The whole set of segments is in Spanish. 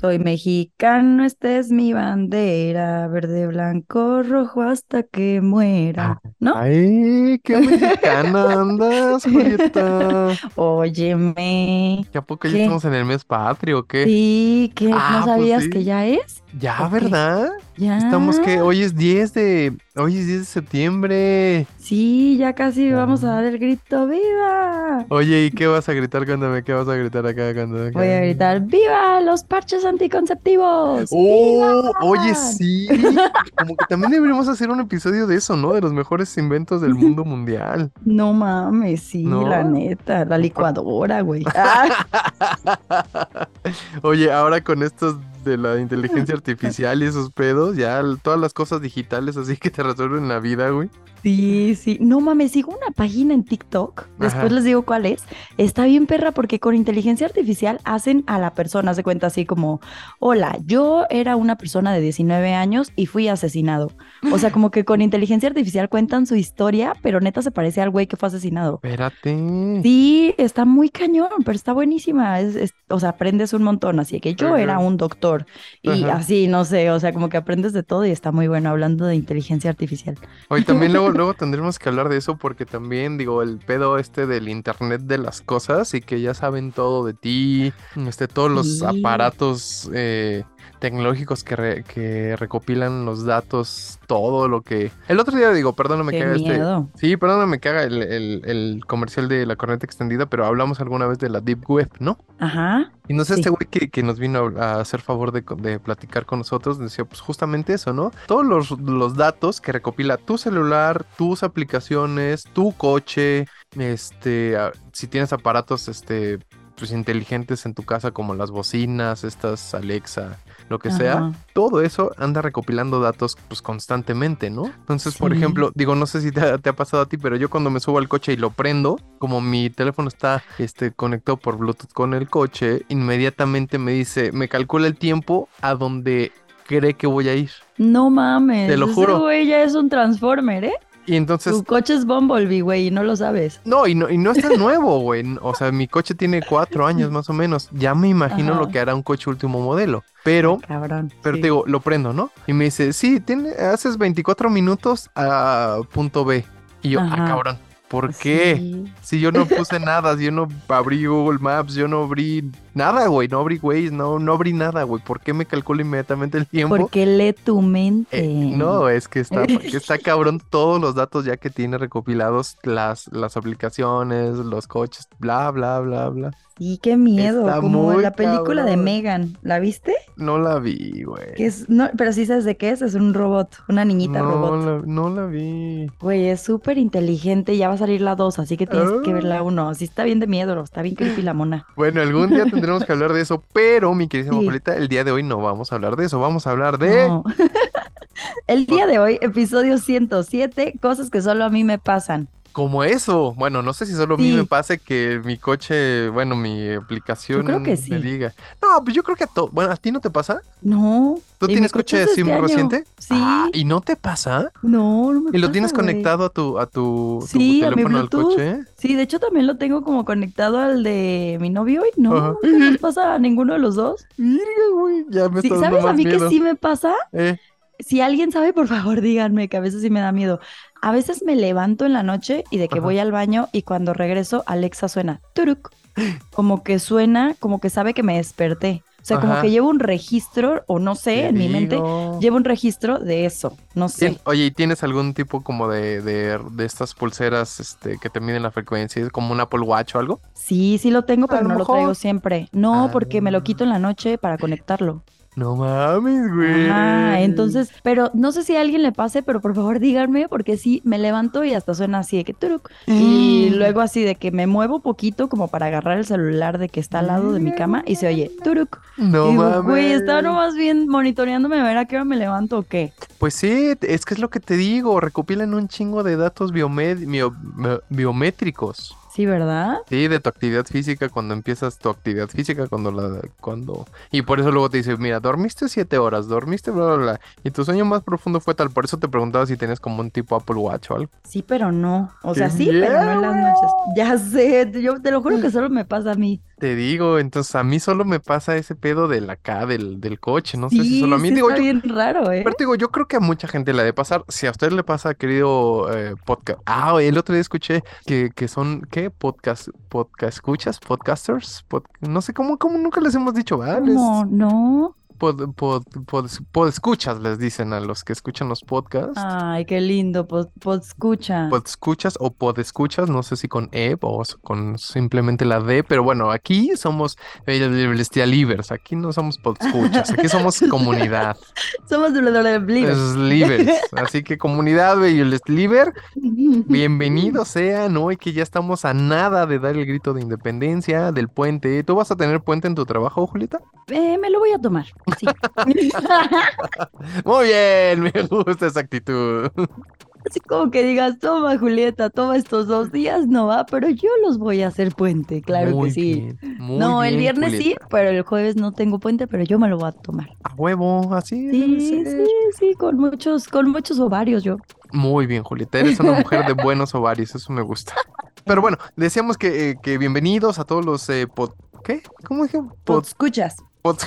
Soy mexicano, esta es mi bandera, verde, blanco, rojo hasta que muera, ¿no? Ay, qué mexicana andas, Julieta. Óyeme, ¿Que a poco ya ¿Qué? estamos en el mes patrio o qué? sí, que Ah, no pues sabías sí. que ya es, Ya, ok. Ah. ¿verdad? ya, Estamos que hoy es 10 de hoy es 10 de septiembre. sí, ya casi Ya. vamos a dar el grito ¡Viva! Oye, ¿y qué vas a gritar? Cuéntame, ¿qué vas a gritar acá cuando acá? Voy a gritar ¡Viva los parches anticonceptivos! Oh, oye, ¡Vivan! sí. Como que también deberíamos hacer un episodio de eso, ¿no? De los mejores inventos del mundo mundial. No mames, sí, ¿No? la neta, la licuadora, güey. Ah, Oye, ahora con estos de la inteligencia artificial y esos pedos, ya l- todas las cosas digitales así que te resuelven la vida, güey. sí, sí. No mames, sigo una página en TikTok, después Ajá. les digo cuál es. Está bien perra porque con inteligencia artificial hacen a la persona, se cuenta así como, hola, yo era una persona de 19 años y fui asesinado. O sea, como que con inteligencia artificial cuentan su historia, pero neta se parece al güey que fue asesinado. Espérate. Sí, está muy cañón, pero está buenísima. Es, es- o sea, aprendes un montón. Así que yo era Ajá. un doctor y Ajá. así, no sé, o sea, como que aprendes de todo y está muy bueno hablando de inteligencia artificial. Oye, también luego, luego tendremos que hablar de eso porque también, digo, el pedo este del internet de las cosas y que ya saben todo de ti, este, todos los Sí. aparatos eh, tecnológicos que, re- que recopilan los datos, todo lo que... El otro día, digo, perdóname Qué que haga este... miedo. Sí, perdóname que haga el, el- el comercial de la corneta extendida, pero hablamos alguna vez de la Deep Web, ¿no? Ajá. Y no sé, Sí. este güey que, que nos vino a, a hacer favor de, co- de platicar con nosotros, decía, pues justamente eso, ¿no? Todos los, los datos que recopila tu celular, tus aplicaciones, tu coche, este, a- si tienes aparatos, este, pues inteligentes en tu casa, como las bocinas, estas, Alexa, lo que sea, ajá. todo eso anda recopilando datos pues constantemente, ¿no? Entonces, por Sí. ejemplo, digo, no sé si te ha, te ha pasado a ti, pero yo cuando me subo al coche y lo prendo, como mi teléfono está este, conectado por Bluetooth con el coche, inmediatamente me dice, me calcula el tiempo a donde cree que voy a ir. No mames. Te lo juro. Ese güey ya es un Transformer, ¿eh? Y entonces... Tu coche es Bumblebee, güey, y no lo sabes. No, y no, y no está nuevo, güey. O sea, mi coche tiene cuatro años más o menos. Ya me imagino lo Ajá. que hará un coche último modelo. Pero Cabrón. Pero sí. te digo, lo prendo, ¿no? Y me dice, sí, tiene, haces 24 minutos a punto B. Y yo, ah, Ajá. Pues cabrón, ¿por qué? Sí. Si yo no puse nada, si yo no abrí Google Maps, yo no abrí nada, güey, no abrí Waze, no, no abrí nada, güey. ¿Por qué me calcula inmediatamente el tiempo? Porque lee tu mente. Eh, no, es que está, que está cabrón todos los datos ya que tiene recopilados las, las aplicaciones, los coches, bla, bla, bla, bla. Y qué miedo. Está como en muy la película de cabrón. Megan. ¿La viste? No la vi, güey. Que es, no, pero sí sabes de qué es, es un robot, una niñita No robot. la, no la vi. Güey, es súper inteligente, ya va a salir la 2, así que tienes que ver Ah. la 1. Sí está bien de miedo, está bien creepy la mona. Bueno, algún día tendremos que hablar de eso, pero mi queridísima Sí. Julieta, el día de hoy no vamos a hablar de eso, vamos a hablar de... No. El día de hoy, episodio 107, cosas que solo a mí me pasan. Como eso, bueno, no sé si solo a mí Sí. me pase que mi coche, bueno, mi aplicación creo que sí. me diga. No, pues yo creo que a todo, bueno, ¿a ti no te pasa? No. ¿Tú y mi tienes coche coche es de SIM este año. reciente? Sí. Ah, ¿y no te pasa? No, no me ¿Y lo tienes pasa, güey. conectado a tu, a tu, tu Sí, a mi teléfono al Bluetooth. coche? Sí, de hecho también lo tengo como conectado al de mi novio y no, Ajá. no nos pasa a ninguno de los dos. Virga, güey, ya me Sí, estás dando ¿Sabes a más mí miedo. que sí me pasa? Eh, Si alguien sabe, por favor, díganme, que a veces sí me da miedo. A veces me levanto en la noche y de que Ajá. voy al baño y cuando regreso, Alexa suena turuk. Como que suena, como que sabe que me desperté. O sea, como Ajá. que llevo un registro, o no sé, te en mi mente, digo. llevo un registro de eso. No Tien- sé. Oye, ¿y tienes algún tipo como de, de, de estas pulseras este, que te miden la frecuencia? ¿Es como un Apple Watch o algo? Sí, sí lo tengo, A pero lo no lo mejor. traigo siempre. No, Ah. porque me lo quito en la noche para conectarlo. No mames, güey. Ah, entonces, pero no sé si a alguien le pase, pero por favor díganme, porque sí, me levanto y hasta suena así de que turuk. Ah. Y luego así de que me muevo poquito como para agarrar el celular de que está al lado de mi cama y se oye turuk. No Y digo, mames. güey, estaba nomás bien monitoreándome a ver a qué hora me levanto o qué. Pues sí, es que es lo que te digo. Recopilan un chingo de datos biomed- bio- bio- biométricos. Sí, ¿verdad? Sí, de tu actividad física, cuando empiezas tu actividad física, cuando la, cuando... Y por eso luego te dice, mira, dormiste siete horas, dormiste, bla, bla, bla. Y tu sueño más profundo fue tal, por eso te preguntaba si tenías como un tipo Apple Watch o algo. Sí, pero no. O sea, ¡Qué sí, pero no en las miedo! noches. Ya sé, yo te lo juro que solo me pasa a mí. Te digo, entonces a mí solo me pasa ese pedo del acá, del, del coche, no sé si Sí, solo a mí. sí digo, está yo- bien raro, ¿eh? pero te digo, yo creo que a mucha gente le ha de pasar. Si a usted le pasa, querido eh, podcast. Ah, el otro día escuché que, que son, ¿qué? Podcast, podcast, escuchas, podcasters, pod- no sé cómo, cómo nunca les hemos dicho, ¿verdad? Les- ¿Cómo? ¿No? pod, pod, pod- podescuchas, les dicen a los que escuchan los podcasts. Ay, qué lindo, pod, pod escucha. Pues, Podescuchas o podescuchas, no sé si con E o s- con simplemente la D, pero bueno, aquí somos Livers, aquí no somos podescuchas, aquí somos comunidad, Somos de es livers, así que comunidad Liber, bienvenidos sean hoy que ya estamos a nada de dar el grito de independencia, del puente, ¿tú vas a tener puente en tu trabajo, Julieta? Eh, me lo voy a tomar. Sí. Muy bien, me gusta esa actitud. Así como que digas, toma Julieta, toma estos dos días, no va, pero yo los voy a hacer puente, claro Muy que sí. bien, muy No, el bien, viernes sí, Julieta. pero el jueves no tengo puente, pero yo me lo voy a tomar. A huevo, así debe Sí, ser. sí, sí, con muchos, con muchos ovarios yo. Pues Muy bien, Julieta, eres una mujer de buenos ovarios, eso me gusta. Pero bueno, decíamos que, eh, que bienvenidos a todos los eh, pod- ¿Qué? ¿Cómo dije? Pod- Pues, escuchas. pod-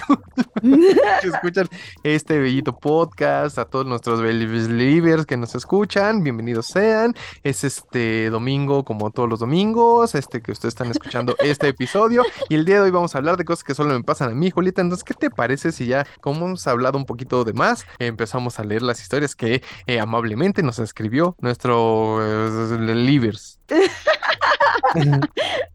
que escuchan este bellito podcast, a todos nuestros believers que nos escuchan, bienvenidos sean. Es este domingo, como todos los domingos, este que ustedes están escuchando este episodio. Y el día de hoy vamos a hablar de cosas que solo me pasan a mí, Julieta. Entonces, ¿qué te parece si ya, como hemos hablado un poquito de más, empezamos a leer las historias que eh, amablemente nos escribió nuestro eh, Livers?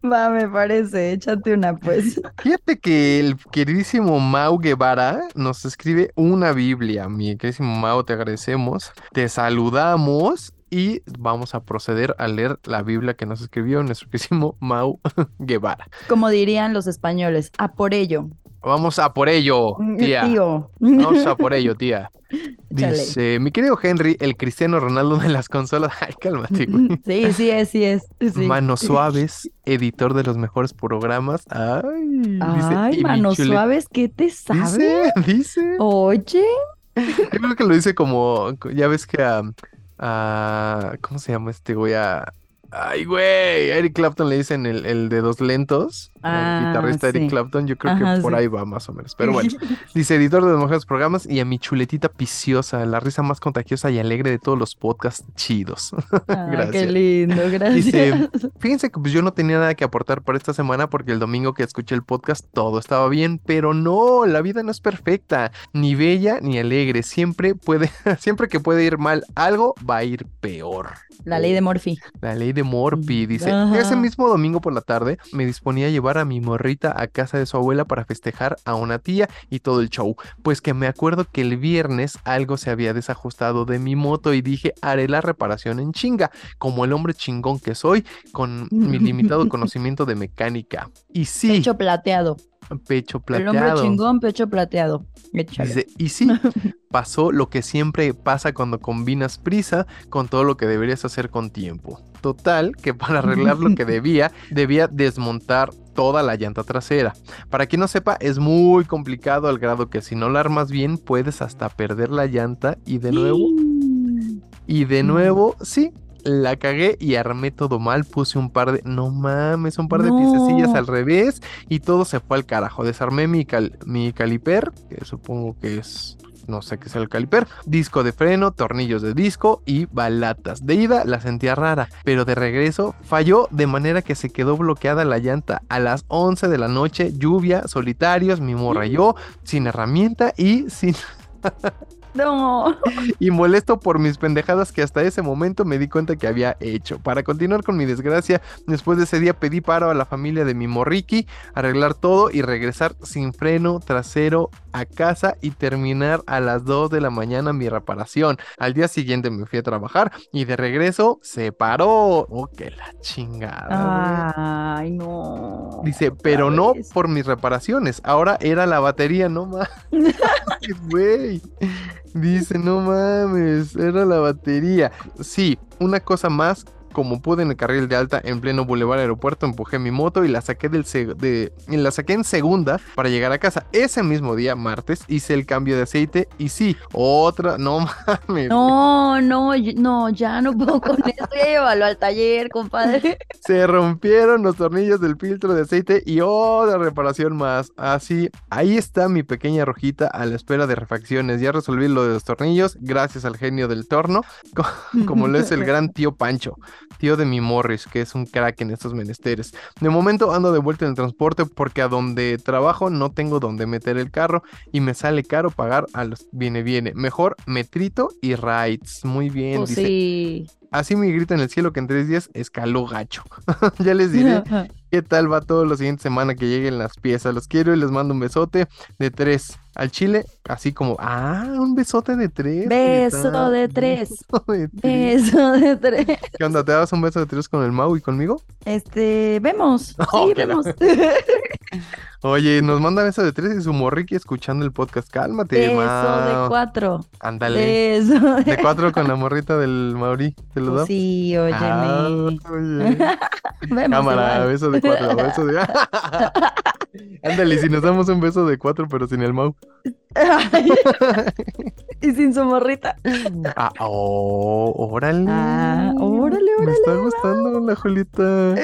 Va, me parece, échate una pues. Fíjate que el queridísimo Mau Guevara nos escribe una Biblia. Mi queridísimo Mau, te agradecemos, te saludamos y vamos a proceder a leer la Biblia que nos escribió nuestro queridísimo Mau Guevara. Como dirían los españoles, a por ello. Vamos a por ello, tía. Mm, Tío. Vamos a por ello, tía. Échale. Dice, mi querido Henry, el Cristiano Ronaldo de las consolas. Ay, cálmate, güey. Sí, sí es, sí es. Mm, sí. Manos Suaves, editor de los mejores programas. Ay, dice, y Ay, mi manos chuleta- suaves, ¿qué te sabe? Dice, dice. Oye, Yo creo que lo dice como, ya ves que a, a- ¿cómo se llama este güey? A, ay, güey, Eric Clapton le dicen el, el de dos lentos, el Ah, guitarrista Eric sí. Clapton, yo creo que Ajá, por sí. ahí va más o menos, pero bueno. Dice editor de los mejores programas y a mi chuletita piciosa, la risa más contagiosa y alegre de todos los podcasts chidos. Ah, qué Gracias. lindo, Dice, gracias. Fíjense que pues yo no tenía nada que aportar para esta semana porque el domingo que escuché el podcast todo estaba bien, pero no, la vida no es perfecta, ni bella ni alegre, siempre puede, siempre que puede ir mal algo va a ir peor. La eh, ley de Morphy. La ley de Morphy dice, Mm, Ajá. ese mismo domingo por la tarde me disponía a llevar a mi morrita a casa de su abuela para festejar a una tía y todo el show, pues que me acuerdo que el viernes algo se había desajustado de mi moto y dije, haré la reparación en chinga, como el hombre chingón que soy, con mi limitado conocimiento de mecánica. Y sí, Pecho plateado. pecho El hombre plateado. chingón, pecho plateado. Échale. Dice, y sí, pasó lo que siempre pasa cuando combinas prisa con todo lo que deberías hacer con tiempo. Total, que para arreglar lo que debía, debía desmontar toda la llanta trasera. Para quien no sepa, es muy complicado al grado que si no la armas bien, puedes hasta perder la llanta y de nuevo, y de Mm. nuevo, sí. La cagué y armé todo mal, puse un par de... No mames, un par de No. piececillas al revés y todo se fue al carajo. Desarmé mi, cal- mi caliper, que supongo que es, no sé qué es el caliper, disco de freno, tornillos de disco y balatas. De ida la sentía rara, pero de regreso falló de manera que se quedó bloqueada la llanta. A las 11 de la noche, lluvia, solitarios, mi morra y yo, sin herramienta y sin No. y molesto por mis pendejadas que hasta ese momento me di cuenta que había hecho. Para continuar con mi desgracia, después de ese día pedí paro a la familia de mi morriki, arreglar todo y regresar sin freno trasero a casa y terminar a las 2 de la mañana mi reparación. Al día siguiente me fui a trabajar y de regreso se paró. Oh, que la chingada. güey. Ay, no. Dice, Otra pero no vez. por mis reparaciones. Ahora era la batería, no mames, güey. Dice, no mames, era la batería. Sí, una cosa más como pude en el carril de alta en pleno Boulevard Aeropuerto, empujé mi moto y la saqué, del seg- de, y la saqué en segunda para llegar a casa. Ese mismo día, martes, hice el cambio de aceite y sí, otra, no mames. No, no, yo- no, ya no puedo con esto. Ya llévalo al taller, compadre. Se rompieron los tornillos del filtro de aceite y otra reparación más. Así, ahí está mi pequeña rojita a la espera de refacciones. Ya resolví lo de los tornillos gracias al genio del torno, co- como lo es el gran tío Pancho, tío de mi Morris, que es un crack en estos menesteres. De momento ando de vuelta en el transporte porque a donde trabajo no tengo donde meter el carro y me sale caro pagar a los viene viene. Mejor metrito y rides. Muy bien, Pues dice. sí. Así mi grito en el cielo que en tres días escaló gacho. ya les diré qué tal va todo la siguiente semana que lleguen las piezas. Los quiero y les mando un besote de tres. Al chile, así como, ah, un besote de tres. neta. Beso de tres. Beso de tres. Beso de tres. ¿Qué onda? ¿Te dabas un beso de tres con el Mau y conmigo? Este, vemos. Oh, Sí, qué la- vemos. Oye, nos manda beso de tres y su morriqui escuchando el podcast. Cálmate, Beso de Mau. cuatro. Ándale. Beso de. De cuatro con la morrita del Mauri. ¿Te lo Pues da? sí, óyeme. Ah, oye. Vemos Cámara, igual. beso de cuatro, beso de. Ándale, y si nos damos un beso de cuatro, pero sin el Mau. Ay. y sin su morrita. Ah, oh, órale. Ah, órale, Me órale, está gustando la Julita.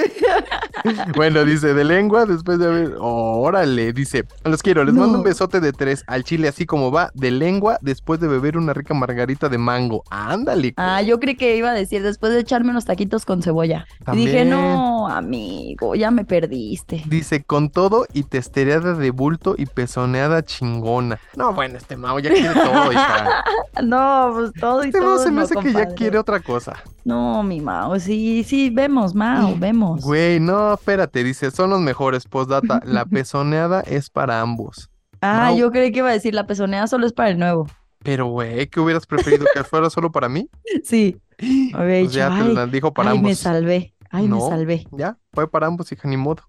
bueno, dice, de lengua, después de haber. oh, órale, dice, los quiero, les mando un No. besote de tres al chile, así como va, de lengua, después de beber una rica margarita de mango. Ándale. Ah, yo creí que iba a decir después de echarme unos taquitos con cebolla. Y dije, también. no, amigo, ya me perdiste. Dice, con todo y testereada de bulto y pezoneada chingona. No, bueno, este Mau ya quiere todo, hija. No, pues todo y Este Mao todo. se me no, hace que ya compadre. quiere otra cosa. No, mi Mao, sí, sí, vemos, Mao, vemos. Güey, no, espérate, dice, son los mejores postdata. La pezoneada es para ambos. ah, Mao. yo creí que iba a decir, la pezoneada solo es para el nuevo. Pero, güey, ¿qué hubieras preferido que fuera solo para mí? Sí. Había Pues dicho, ya te ay, la dijo para ay, me ambos. salvé, ay, No. me salvé. Ya, fue para ambos, hija, ni modo.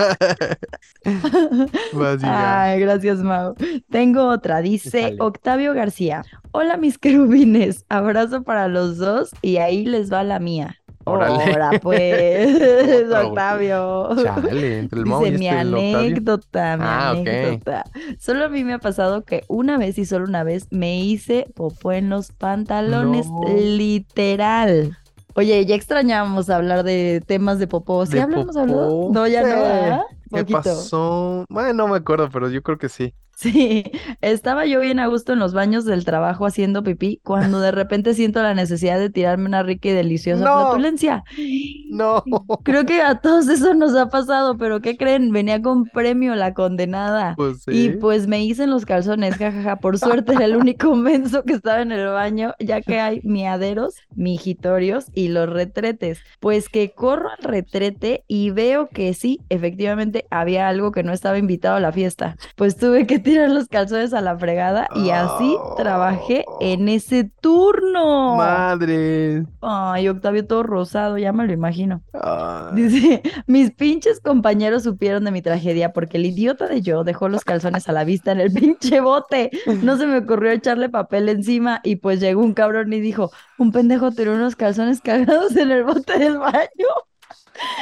Vas, hija. Ay, gracias, Mau. Tengo otra, dice Dale. Octavio García. Hola, mis querubines. Abrazo para los dos y ahí les va la mía. Órale. Ahora, pues, Otro, güey. Octavio. Chale, entre el Mau y Dice mi este el Octavio. anécdota, mi Ah, ok. anécdota. Solo a mí me ha pasado que una vez y solo una vez me hice popó en los pantalones, No. literal. Oye, ya extrañamos hablar de temas de popó. ¿Sí De hablamos hablado? popó. No, ya no, Sí. ¿verdad? ¿Qué Poquito. pasó? Bueno, no me acuerdo, pero yo creo que sí. Sí, estaba yo bien a gusto en los baños del trabajo haciendo pipí cuando de repente siento la necesidad de tirarme una rica y deliciosa No. flatulencia. No. Creo que a todos eso nos ha pasado, pero ¿qué creen? Venía con premio la condenada. Pues sí. Y pues me hice en los calzones, jajaja. Por suerte era el único menso que estaba en el baño, ya que hay miaderos, mijitorios y los retretes. Pues que corro al retrete y veo que sí, efectivamente había algo que no estaba invitado a la fiesta. Pues tuve que tirar los calzones a la fregada y así trabajé en ese turno. Madre. Ay, Octavio todo rosado, ya me lo imagino. Ay. Dice, mis pinches compañeros supieron de mi tragedia porque el idiota de yo dejó los calzones a la vista en el pinche bote. No se me ocurrió echarle papel encima y pues llegó un cabrón y dijo, un pendejo tiró unos calzones cagados en el bote del baño.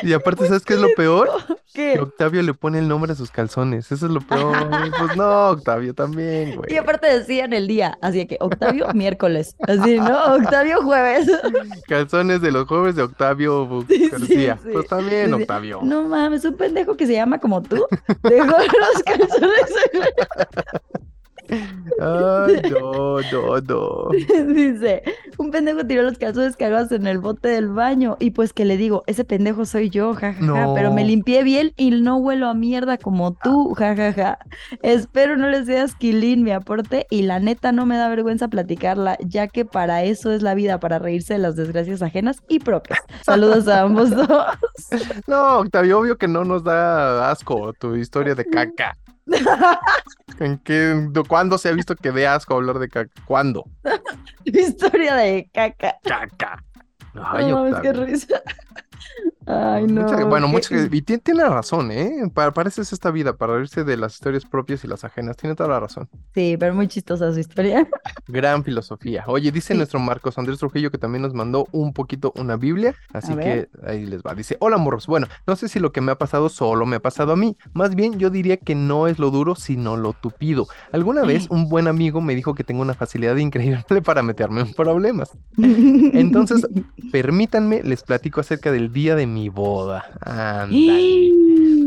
Y aparte, ¿sabes qué es lo peor? ¿Qué? Que Octavio le pone el nombre a sus calzones. Eso es lo peor. Pues no, Octavio también, güey. Y aparte decían el día, así que Octavio miércoles, así, ¿no? Octavio jueves. Calzones de los jueves de Octavio Bu- Sí, sí, García. sí. Pues también, Sí, sí. Octavio. No mames, un pendejo que se llama como tú dejó los calzones en el Ay, no, no, no. Dice, un pendejo tiró los calzones cagados en el bote del baño. Y pues que le digo, ese pendejo soy yo, jajaja, No. pero me limpié bien y no huelo a mierda como tú, jajaja. Espero no les seas quilín mi aporte y la neta no me da vergüenza platicarla, ya que para eso es la vida, para reírse de las desgracias ajenas y propias. Saludos a ambos dos. No, Octavio, obvio que no nos da asco tu historia de caca. ¿En qué, de ¿Cuándo se ha visto que dé asco hablar de caca? ¿Cuándo? Historia de caca. Caca. Ay, No mames, qué Octavio. risa. Ay, no. Mucha- bueno, qué- mucha- y ti- tiene razón, ¿eh? Para, para eso es esta vida, para reírse de las historias propias y las ajenas. Tiene toda la razón. Sí, pero muy chistosa su historia. Gran filosofía. Oye, dice Sí. nuestro Marcos Andrés Trujillo que también nos mandó un poquito una Biblia, así A que ver. ahí les va. Dice, hola morros. Bueno, no sé si lo que me ha pasado solo me ha pasado a mí. Más bien yo diría que no es lo duro, sino lo tupido. Alguna vez un buen amigo me dijo que tengo una facilidad increíble para meterme en problemas. Entonces, permítanme, les platico acerca del día de mi boda. Ándale. Y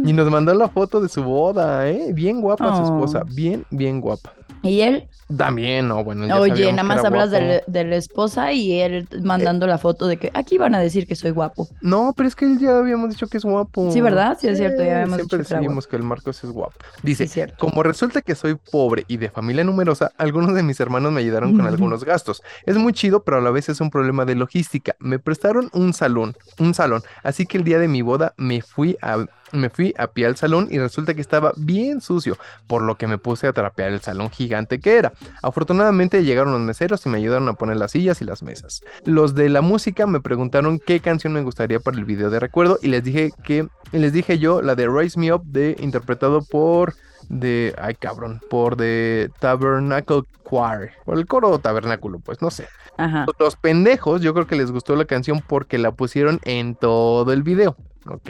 y nos mandó la foto de su boda, ¿eh? Bien guapa su Oh. esposa, bien, bien guapa. él, También, no, bueno. Pues ya oye, sabíamos nada que más era hablas guapo. de, de la esposa y él mandando la foto de que aquí van a decir que soy guapo. No, pero es que él ya habíamos dicho que es guapo. Sí, ¿verdad? Sí, es cierto, ya habíamos Siempre dicho que era decimos que el Marcos es guapo. Dice, Sí, cierto. como resulta que soy pobre y de familia numerosa, algunos de mis hermanos me ayudaron con algunos gastos. Es muy chido, pero a la vez es un problema de logística. Me prestaron un salón, un salón. Así que el día de mi boda me fui a me fui a pie al salón y resulta que estaba bien sucio, por lo que me puse a trapear el salón gigante que era. Afortunadamente llegaron los meseros y me ayudaron a poner las sillas y las mesas. Los de la música me preguntaron qué canción me gustaría para el video de recuerdo y les dije que y les dije yo la de Raise Me Up de interpretado por de, ay cabrón, por de Tabernacle Choir, por el coro tabernáculo, pues no sé. Ajá. Los pendejos, yo creo que les gustó la canción porque la pusieron en todo el video. Ok.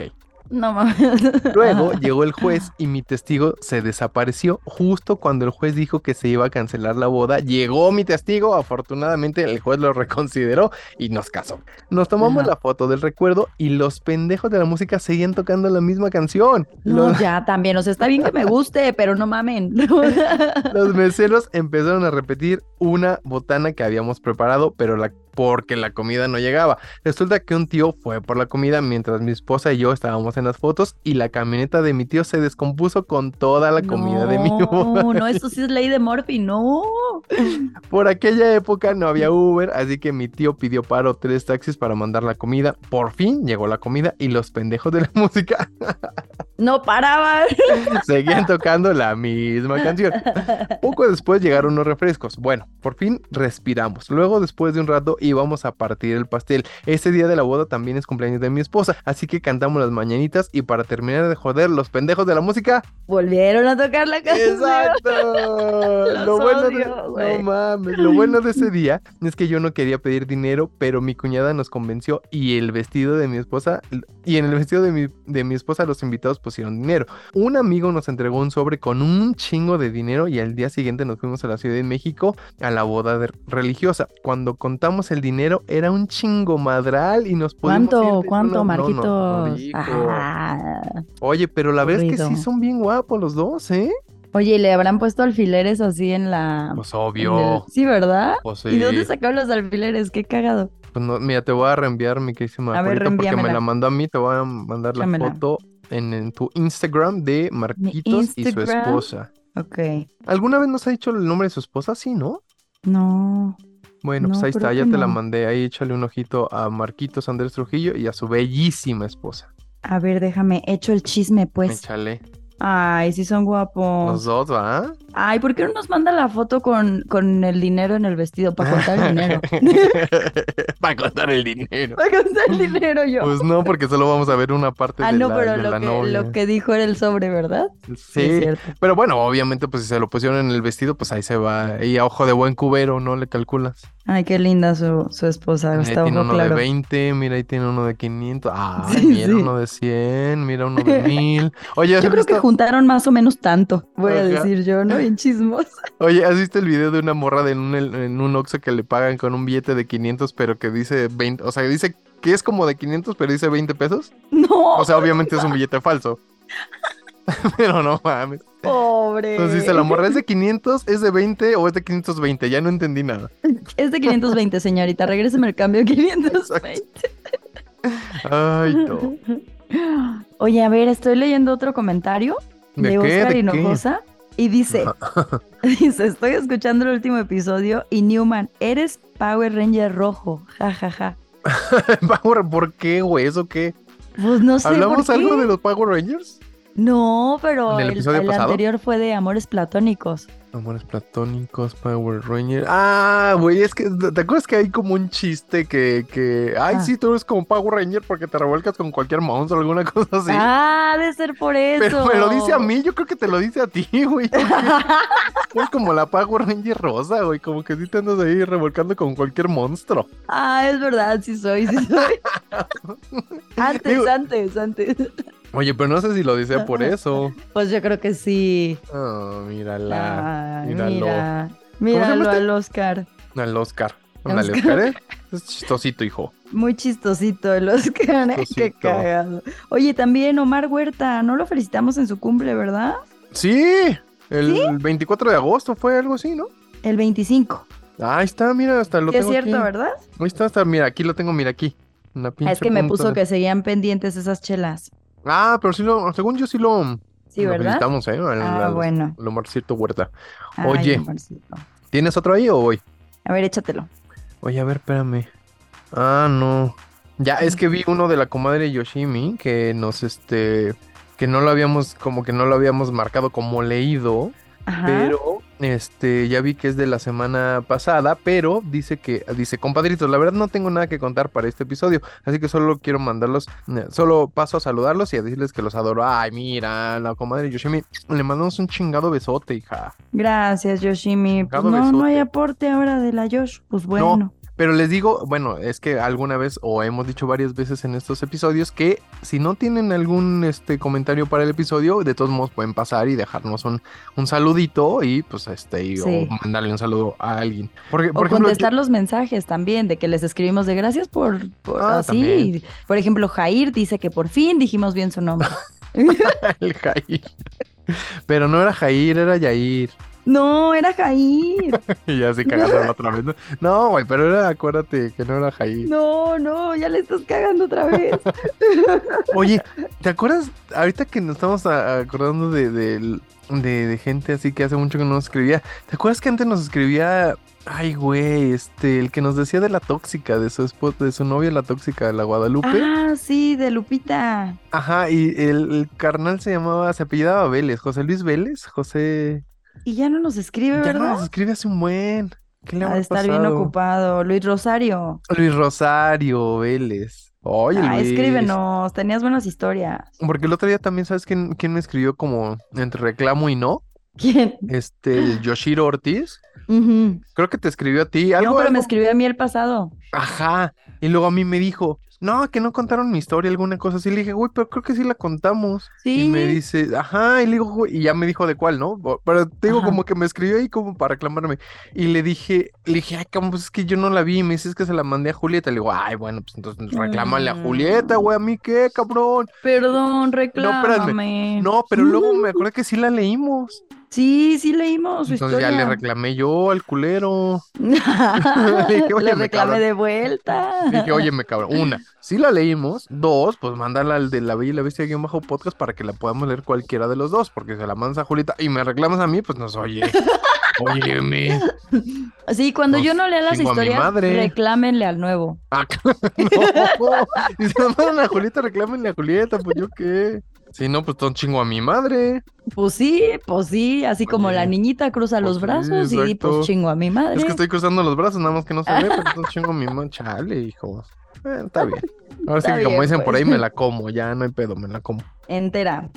No mames. Ah. Luego llegó el juez y mi testigo se desapareció. Justo cuando el juez dijo que se iba a cancelar la boda, llegó mi testigo. Afortunadamente, el juez lo reconsideró y nos casó. Nos tomamos Ajá. la foto del recuerdo y los pendejos de la música seguían tocando la misma canción. No, Los- ya también, o sea, está bien que me guste, pero no mamen. Los meseros empezaron a repetir una botana que habíamos preparado, pero la porque la comida no llegaba. Resulta que un tío fue por la comida mientras mi esposa y yo estábamos en las fotos y la camioneta de mi tío se descompuso con toda la comida de mi boda. No, no, eso sí es ley de Murphy, no. Por aquella época no había Uber, así que mi tío pidió paro tres taxis para mandar la comida. Por fin llegó la comida y los pendejos de la música No paraban. Seguían tocando la misma canción. Poco después llegaron los refrescos. Bueno, por fin respiramos. Luego, después de un rato, íbamos a partir el pastel. Ese día de la boda también es cumpleaños de mi esposa, así que cantamos las mañanitas y para terminar de joder, los pendejos de la música. Volvieron a tocar la canción. ¡Exacto! lo, Los bueno de, odio, güey. no mames, lo bueno de ese día es que yo no quería pedir dinero, pero mi cuñada nos convenció y el vestido de mi esposa, y en el vestido de mi, de mi esposa los invitados pusieron dinero. Un amigo nos entregó un sobre con un chingo de dinero y al día siguiente nos fuimos a la Ciudad de México a la boda de- religiosa. Cuando contamos el dinero era un chingo madral y nos pudimos ir ¿Cuánto, de- cuánto, no, no, no, Marquitos? no, rico. Ajá. Oye, pero la verdad es que sí Aburrido. son bien guapos los dos, ¿eh? Oye, ¿y le habrán puesto alfileres así en la. Pues en el- obvio. Sí, ¿verdad? Pues ¿Y de dónde sí. sacaron los alfileres? Qué cagado. Pues no, mira, te voy a reenviar mi querísima A ver, Julieta, porque me la reenvíamela. mandó a mí, te voy a mandar la Échamela. foto en, en tu Instagram de Marquitos y su Instagram. esposa. Ok. ¿Alguna vez nos ha dicho el nombre de su esposa? Sí, ¿no? No. Bueno, pues No, ahí está, creo ya que te la no. mandé. Ahí échale un ojito a Marquitos Andrés Trujillo y a su bellísima esposa. A ver, déjame, echo el chisme, pues. Échale. Ay, sí son Los guapos. dos, ¿va? Ay, ¿por qué no nos manda la foto con, con el dinero en el vestido? Para contar el dinero. Para contar el dinero. Para contar el dinero yo. Pues no, porque solo vamos a ver una parte ah, de no, la, pero de lo la que, novia. lo que dijo era el sobre, ¿verdad? es Sí, cierto. Pero bueno, obviamente, pues si se lo pusieron en el vestido, pues ahí se va. Y a ojo de buen cubero, no le calculas. Ay, qué linda su, su esposa. Mira, Está ahí tiene ojo uno claro. de 20, mira, ahí tiene uno de 500. Ah, Sí, mira sí. uno de 100, mira uno de 1000. Oye, ¿has Yo creo que visto- juntaron más o menos tanto, voy a Ajá. decir yo, ¿no? Bien chismos. oye, ¿has visto el video de una morra de en un, en un Oxxo que le pagan con un billete de 500, pero que dice 20? O sea, dice que es como de 500, pero dice 20 pesos. No, O sea, obviamente es un billete falso. pero no mames. pobre. Entonces dice la morra, ¿es de 500, es de 20 o es de 520? Ya no entendí nada. Es de 520, señorita. Regréseme el cambio 520. Ay, no. Oye, a ver, estoy leyendo otro comentario de, Oscar qué? Hinojosa y dice, dice, estoy escuchando el último episodio y Newman, eres Power Ranger rojo, jajaja. Ja, ja. Power, ¿por qué, güey? ¿Eso qué? Pues no sé por ¿Hablamos qué. algo de los Power Rangers? No, pero ¿En el el, episodio el pasado? anterior fue de amores platónicos. Amores platónicos, Power Ranger. Ah, güey, es que ¿te acuerdas que hay como un chiste que, que ay, Ah. sí, tú eres como Power Ranger porque te revuelcas con cualquier monstruo o alguna cosa así? Ah, ha de ser por eso. Pero me lo dice a mí, yo creo que te lo dice a ti, güey. Es como la Power Ranger rosa, güey. Como que sí te andas ahí revolcando con cualquier monstruo. Ah, es verdad, sí soy, sí soy. antes, Digo- antes, antes. Oye, pero no sé si lo dice por eso. Pues yo creo que sí. Ah, mírala. Ay, míralo. mira. llama Míralo este? al Oscar. Al Oscar. Ándale, Ah. Oscar. Oscar, ¿eh? Es chistosito, hijo. Muy chistosito el Oscar, ¿eh? qué Chistosito. cagado. Oye, también Omar Huerta, no lo felicitamos en su cumple, ¿verdad? Sí, el 24 de agosto fue algo así, ¿no? El 25. Ah, Ahí está, mira, hasta lo Sí, es tengo cierto, aquí. ¿verdad? Ahí está, hasta, mira, aquí lo tengo, mira, aquí. Una Ah, pinche es que me punta puso de- que seguían pendientes esas chelas. Ah, pero sí lo, según yo sí lo, Sí, lo ¿verdad? felicitamos, ¿eh? Al- Ah, al- bueno. al Omarcito Huerta. Ay, Oye. amorcito. ¿Tienes otro ahí o voy? A ver, échatelo. Oye, a ver, espérame. Ah, no. Ya, es que vi uno de la comadre Yoshimi que nos, este, que no lo habíamos, como que no lo habíamos marcado como leído, Ajá. pero, este, ya vi que es de la semana pasada, pero dice que, dice, compadritos, la verdad no tengo nada que contar para este episodio, así que solo quiero mandarlos, eh, solo paso a saludarlos y a decirles que los adoro. Ay, mira, la comadre Yoshimi, le mandamos un chingado besote, hija. Gracias, Yoshimi. Pues Cada no, no besote. hay aporte ahora de la Yosh. Pues bueno. Pero les digo, bueno, es que alguna vez o hemos dicho varias veces en estos episodios que si no tienen algún este comentario para el episodio, de todos modos pueden pasar y dejarnos un, un saludito y pues este y- Sí. o mandarle un saludo a alguien. Porque O por ejemplo, yo- contestar los mensajes también, de que les escribimos de gracias por, por Ah, así. también. Por ejemplo, Jair dice que por fin dijimos bien su nombre. el Jair. Pero no era Jair, era Yair. no, era Jair. Y ya se cagaron otra vez. ¿no? No, güey, pero era, acuérdate que no era Jair. No, no, ya le estás cagando otra vez. Oye, ¿te acuerdas? Ahorita que nos estamos a- acordando de, de- de- de gente así que hace mucho que no nos escribía. ¿Te acuerdas que antes nos escribía? Ay, güey, este, el que nos decía de la tóxica, de su esposa, de su novia la tóxica, de la Guadalupe. ah, sí, de Lupita. Ajá, y el, el carnal se llamaba, se apellidaba Vélez, José Luis Vélez, José. Y ya no nos escribe, Ya no ¿verdad? nos escribe hace un buen. ¿Qué le Ha habrá de estar bien pasado? ocupado. Luis Rosario. Luis Rosario Vélez. Oye, Ah, Luis. escríbenos, tenías buenas historias. Porque el otro día también, ¿sabes quién, quién me escribió como entre reclamo y no? ¿Quién? Este, el Yoshiro Ortiz, Ujú. creo que te escribió a ti algo. no, pero me algo- escribió a mí el pasado. Ajá. Y luego a mí me dijo, no, que no contaron mi historia, alguna cosa así. Le dije, güey, pero creo que sí la contamos. Sí. Y me dice, ajá. Y le digo, güey, y ya me dijo de cuál, ¿no? Bo- Pero te digo, Ajá. como que me escribió ahí como para reclamarme. Y le dije, le dije, ay, cabrón, pues es que yo no la vi. Y me dice, es que se la mandé a Julieta. Le digo, ay, bueno, pues entonces reclámale a Mm. Julieta, güey, a mí qué, cabrón. Perdón, reclámame. No, pero luego me acordé que sí la leímos. Sí, sí leímos su Entonces ya le historia. reclamé yo al culero. le Le dije, "Oye, me reclamé cabrón". de vuelta. Dije, oye, me cabrón. Una, si la leímos. Dos, pues mándala al de La Bella y la Bestia guión bajo podcast para que la podamos leer cualquiera de los dos, porque se la mandas a Julita y me reclamas a mí, pues nos oye. Óyeme. Sí, cuando Pues, yo no lea las chingo a mi historias, madre. reclámenle al nuevo. Ah, no. Y si la mandan a Julieta, reclámenle a Julieta, pues yo qué. Si no, pues ton chingo a mi madre. Pues sí, pues sí, así como Oye, la niñita cruza pues los sí, brazos y exacto. pues chingo a mi madre. Es que estoy cruzando los brazos, nada más que no se ve, pero ton chingo a mi madre. Chale, hijo. Eh, está bien. Ahora sí Está que como bien, dicen por pues. ahí, me la como, ya no hay pedo, me la como. Entera.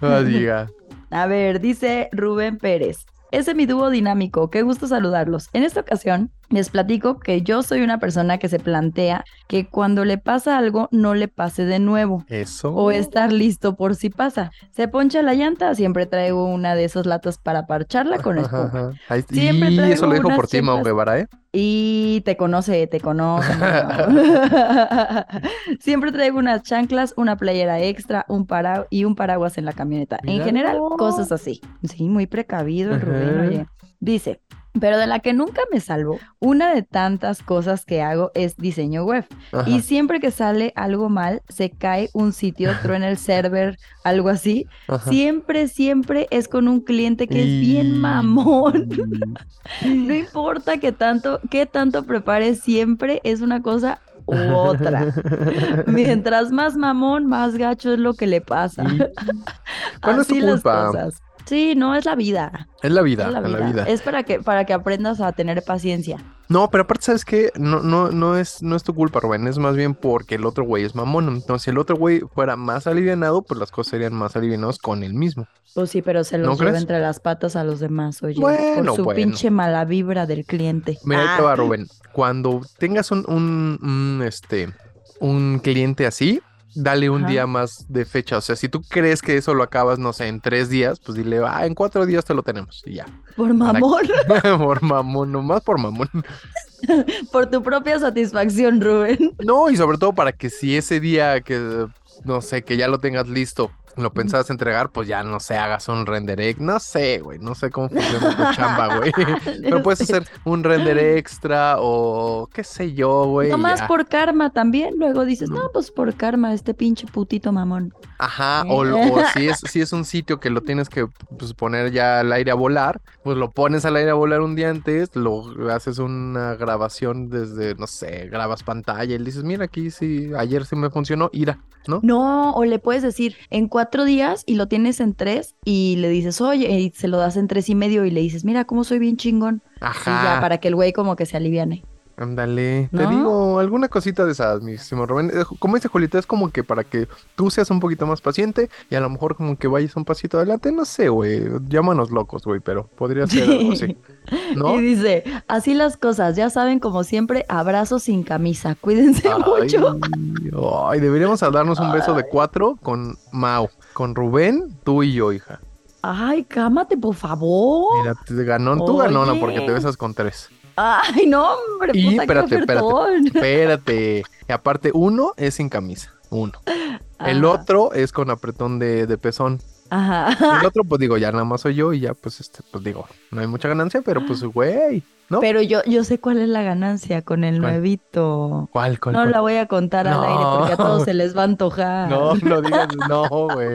Así ya. A ver, dice Rubén Pérez. Ese es mi dúo dinámico, qué gusto saludarlos. En esta ocasión les platico que yo soy una persona que se plantea que cuando le pasa algo no le pase de nuevo Eso. o estar listo por si pasa. Se poncha la llanta, siempre traigo una de esas latas para parcharla con Ajá, esponja. ajá. Ahí- Siempre y traigo eso lo dijo unas por ti, Mau ciertas- Guevara, ¿eh? Y te conoce, te conoce. mano. Siempre traigo unas chanclas, una playera extra, un para y un paraguas en la camioneta. En Mira. general, cosas así. Sí, muy precavido el Rubén, Ajá. oye. Dice, pero de la que nunca me salvo, una de tantas cosas que hago es diseño web. Ajá. Y siempre que sale algo mal, se cae un sitio, truena el server, algo así. ajá. Siempre, siempre es con un cliente que es Y- bien mamón. No importa que tanto, que tanto prepares, siempre es una cosa u otra. Mientras más mamón, más gacho es lo que le pasa. Sí. ¿Cuál es tu Así las culpa? cosas. Sí, no, es la vida. Es la vida, es la vida. la vida. Es para que, para que aprendas a tener paciencia. No, pero aparte, ¿sabes qué? No, no, no es, no es tu culpa, Rubén. Es más bien porque el otro güey es mamón. Entonces, si el otro güey fuera más alivianado, pues las cosas serían más alivianadas con él mismo. Pues sí, pero se los ¿No lleva crees? entre las patas a los demás, oye. Bueno, por su bueno. pinche mala vibra del cliente. Mira, ahí te Ah, va, Rubén. Cuando tengas un, un, un, este, un cliente así, dale un Ajá. día más de fecha. O sea, si tú crees que eso lo acabas, no sé, en tres días, pues dile, ah, en cuatro días te lo tenemos. Y ya. por mamón, por mamón, nomás por mamón. por tu propia satisfacción, Rubén. No, y sobre todo para que si ese día que, no sé, que ya lo tengas listo, lo pensabas entregar, pues ya no sé, hagas un render ex. No sé, güey, no sé cómo funciona tu chamba, güey. Pero pues, puedes Este, hacer un render extra o qué sé yo, güey. y Nomás ya. por karma también. Luego dices, no, pues por karma, este pinche putito mamón. Ajá, o, lo- o si, es, si es un sitio que lo tienes que pues, poner ya al aire a volar, pues lo pones al aire a volar un día antes, lo haces una grabación desde, no sé, grabas pantalla y le dices, mira aquí sí, ayer sí me funcionó, ira, ¿no? No, o le puedes decir en cuatro días y lo tienes en tres y le dices, oye, y se lo das en tres y medio y le dices, mira cómo soy bien chingón. Y ya, Ajá, para que el güey como que se aliviane. ándale, te ¿No? digo, alguna cosita de esas, mi estimado Rubén. Eh, Como dice Julita, es como que para que tú seas un poquito más paciente y a lo mejor como que vayas un pasito adelante, no sé, güey, llámanos locos, güey, pero podría ser algo así, ¿no? Y dice, así las cosas, ya saben, como siempre, abrazos sin camisa, cuídense mucho. ay, deberíamos a darnos un beso de cuatro con Mau, con Rubén, tú y yo, hija. Ay, cámate, por favor. Mira, te ganó, tú Oye. ganona porque te besas con tres. Ay, no, hombre, Y puta, espérate, qué espérate. ofertón. Espérate. Y aparte, uno es sin camisa, uno. El Ajá, otro es con apretón de, de pezón. Ah, Ajá. El otro, pues digo, ya nada más soy yo y ya, pues, este, pues digo, no hay mucha ganancia, pero pues, güey, ¿no? Pero yo, yo sé cuál es la ganancia con el ¿Cuál? nuevito. ¿Cuál, cuál, No cuál? la voy a contar No. al aire porque a todos se les va a antojar. No, no digas, no, güey.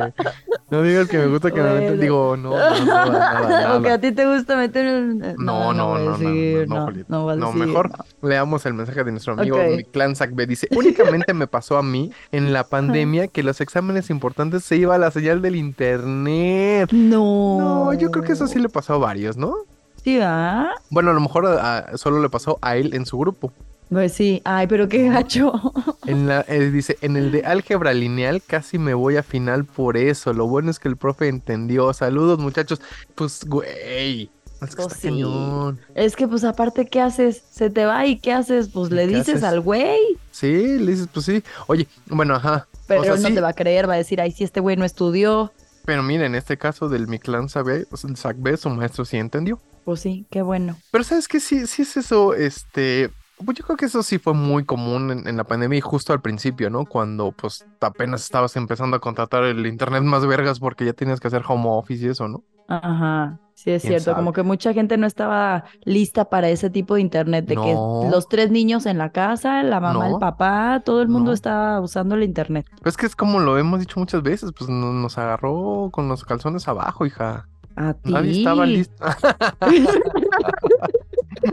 No digas que me gusta que me Bueno. meten. Digo, no, no, no, nada, nada, Porque nada. a ti te gusta meter el... No, no, voy a no, no, no, decir, no, no, Julieta. no voy a No, decir, mejor no. leamos el mensaje de nuestro amigo Ok. Clan Sacbe. Dice: Únicamente me pasó a mí en la pandemia que los exámenes importantes se iba a la señal del internet. No. No, yo creo que eso sí le pasó a varios, ¿no? Sí, ¿verdad? Bueno, a lo mejor a- a- solo le pasó a él en su grupo. Pues sí. Ay, pero qué gacho. En la, eh, dice, en el de álgebra lineal casi me voy a final por eso. Lo bueno es que el profe entendió. Saludos, muchachos. Pues, güey. Es que Pues está sí. cañón. Es que, pues, aparte, ¿qué haces? Se te va y ¿qué haces? Pues le ¿Qué dices haces? al güey, Sí, le dices, pues sí. Oye, bueno, ajá. pero O sea, él no sí. te va a creer, va a decir, ay, sí, este güey no estudió. Pero mira, en este caso del mi clan Sabe, Sacbe, su maestro sí entendió. Pues sí, qué bueno. Pero sabes que sí, sí es eso, este, pues yo creo que eso sí fue muy común en, en la pandemia y justo al principio, ¿no? Cuando pues apenas estabas empezando a contratar el internet más vergas porque ya tenías que hacer home office y eso, ¿no? Ajá. Sí, es ¿Quién cierto, sabe? como que mucha gente no estaba lista para ese tipo de internet, de No. que los tres niños en la casa, la mamá, No. el papá, todo el mundo No. estaba usando el internet. Pero es que es como lo hemos dicho muchas veces, pues no- nos agarró con los calzones abajo, hija. A ti. Nadie estaba listo.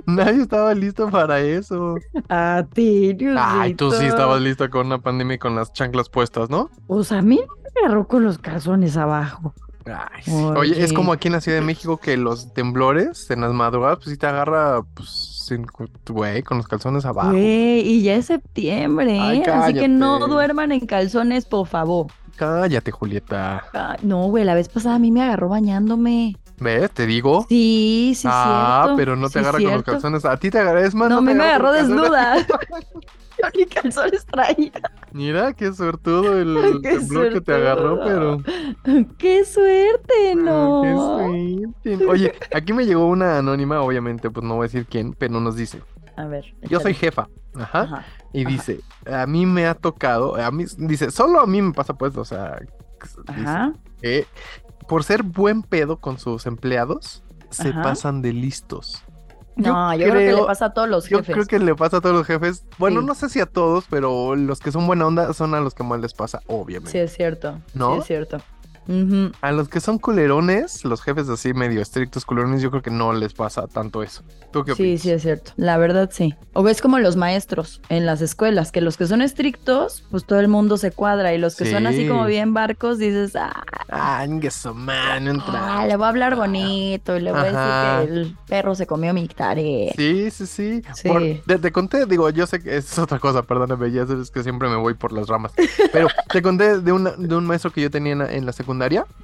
Nadie estaba listo para eso. A ti, Ay, tú sí Diosito. estabas lista con una pandemia y con las chanclas puestas, ¿no? O sea, a mí no me agarró con los calzones abajo. Ay, sí. Oye, es Oye. como aquí en la Ciudad de México que los temblores en las madrugadas, pues sí te agarra, pues, sin cu- güey, con los calzones abajo. Güey, y ya es septiembre, Ay, ¿eh? Así que no cállate. duerman en calzones, por favor. Cállate, Julieta. Ay, no, güey, la vez pasada a mí me agarró bañándome. ¿Ves? Te digo. Sí, sí, ah, cierto. pero no te Sí, agarra con los cierto. calzones. A ti te agarra, es más. No, a mí te me agarró con los calzones. desnuda. Yo ni calzones traía. Mira, qué suertudo el Qué temblor que te agarró, pero. suertudo. ¡Qué suerte, no! Ah, qué suerte. Oye, aquí me llegó una anónima, obviamente, pues no voy a decir quién, pero nos dice: A ver. Yo soy échale. jefa. Ajá. Ajá. Y Ajá. dice, a mí me ha tocado, a mí, dice, solo a mí me pasa pues, o sea, dice, Ajá. eh, por ser buen pedo con sus empleados, se Ajá. pasan de listos. No, yo, creo, que le pasa a todos los yo jefes. creo que le pasa a todos los jefes, bueno, Sí. no sé si a todos, pero los que son buena onda son a los que más les pasa, obviamente. Sí, es cierto. ¿No? Sí, es cierto. Ujú. A los que son culerones, los jefes así medio estrictos culerones, yo creo que no les pasa tanto eso. ¿Tú qué Sí, opinas? sí, es cierto. La verdad, sí. O ves como los maestros en las escuelas, que los que son estrictos, pues todo el mundo se cuadra. Y los que son así Sí. como bien barcos, dices, ah, Ah, ingue su mano, entra. ah, le voy a hablar bonito y le voy a Ajá. decir que el perro se comió mi tarea. Sí, sí, sí. Sí. Por- te, te conté, digo, yo sé que es otra cosa, perdóname, ya sabes que siempre me voy por las ramas. Pero te conté de, una- de un maestro que yo tenía en la- en la secundaria.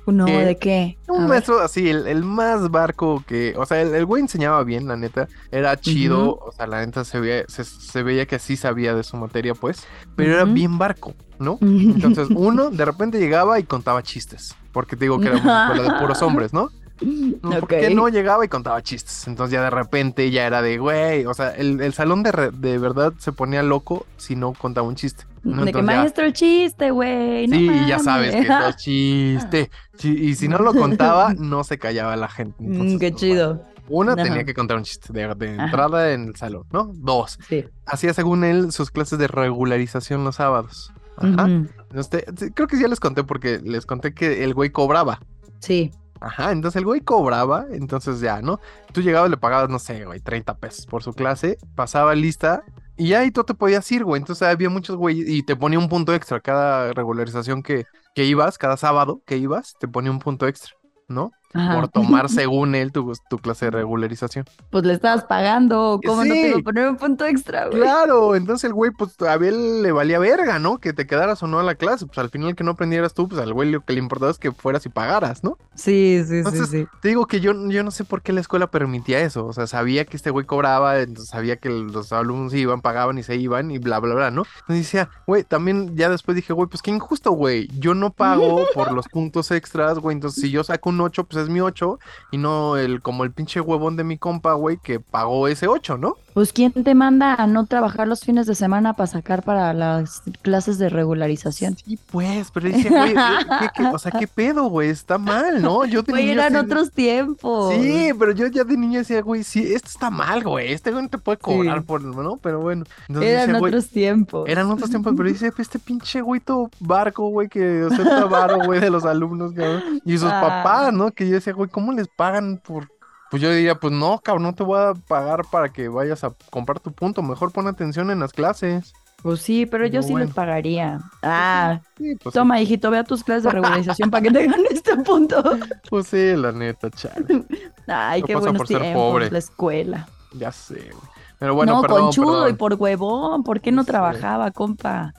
No, ¿Qué? ¿de qué? A Un ver. maestro así, el, el más barco que, o sea, el, el güey enseñaba bien, la neta, era chido, o sea, la neta se veía, se, se veía que sí sabía de su materia, pues, pero era Ujú. bien barco, ¿no? Entonces, uno de repente llegaba y contaba chistes, porque te digo que era una escuela de puros hombres, ¿no? No, Porque Ok. no llegaba y contaba chistes. Entonces ya de repente ya era de, güey, o sea, el, el salón de, re- de verdad se ponía loco si no contaba un chiste. ¿no? de que Entonces ya- maestro el chiste, güey. no Sí, y ya mames. sabes que todo es chiste. Sí, y si no lo contaba, no se callaba la gente. Mm, Entonces, qué pues, chido. bueno, una, Ajá. tenía que contar un chiste de, de Ajá. entrada en el salón, ¿no? Dos, Sí. hacía según él sus clases de regularización los sábados. Ajá. Ujú. Entonces, te- te- creo que ya les conté porque les conté que el güey cobraba. Sí. Ajá, entonces el güey cobraba, entonces ya, ¿no? Tú llegabas, le pagabas, no sé, güey, 30 pesos por su clase, pasaba lista y ya y tú te podías ir, güey. Entonces había muchos güeyes y te ponía un punto extra cada regularización que, que ibas, cada sábado que ibas, te ponía un punto extra, ¿no? Ajá. Por tomar según él tu, tu clase de regularización. Pues le estabas pagando. ¿Cómo no te Sí. iba a poner un punto extra, güey? Claro, entonces el güey, pues a él le valía verga, ¿no? Que te quedaras o no a la clase, pues al final que no aprendieras tú, pues al güey lo que le importaba es que fueras y pagaras, ¿no? Sí, sí, Entonces, sí, sí. Te digo que yo, yo no sé por qué la escuela permitía eso. O sea, sabía que este güey cobraba, entonces sabía que los alumnos iban, pagaban y se iban y bla, bla, bla, ¿no? Entonces decía, güey, también ya después dije, güey, pues qué injusto, güey. Yo no pago por los puntos extras, güey. Entonces, si yo saco un 8, pues es mi 8 y no el como el pinche huevón de mi compa, güey, que pagó ese 8, ¿no? Pues quién te manda a no trabajar los fines de semana para sacar para las clases de regularización. Sí, pues, pero decía, güey, ¿qué- qué- o sea, qué pedo, güey, está mal, ¿no? Yo de Güey, niño eran así- otros tiempos. Sí, pero yo ya de niño decía, güey, sí, esto está mal, güey. Este güey no te puede cobrar Sí. por, ¿no? Pero bueno. Entonces Eran decía, güey, otros tiempos. eran otros tiempos, pero dice, este pinche güito barco, güey, que acepta varo, güey, de los alumnos, cabrón. Y sus Ah. papás, ¿no? Que yo decía, güey, ¿cómo les pagan por...? Pues yo diría, pues no, cabrón, no te voy a pagar para que vayas a comprar tu punto. Mejor pon atención en las clases. Pues sí, pero yo Pero sí les bueno. pagaría. Ah, Sí, pues, sí. toma, hijito, ve a tus clases de regularización para que te ganes este punto. Pues sí, la neta, chale. Ay, Lo qué pasa buenos por ser tiempos, pobre. la escuela. Ya sé, güey. Pero bueno, no, perdón, conchudo perdón. y por huevón, ¿por qué no Sí. trabajaba, compa?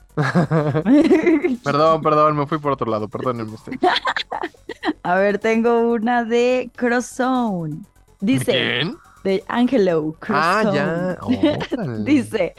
pues Perdón, perdón, me fui por otro lado, perdónenme usted. A ver, tengo una de Cross Zone. Dice, ¿Quién? de Angelo Cross Ah, Zone. ya. Órale. Dice,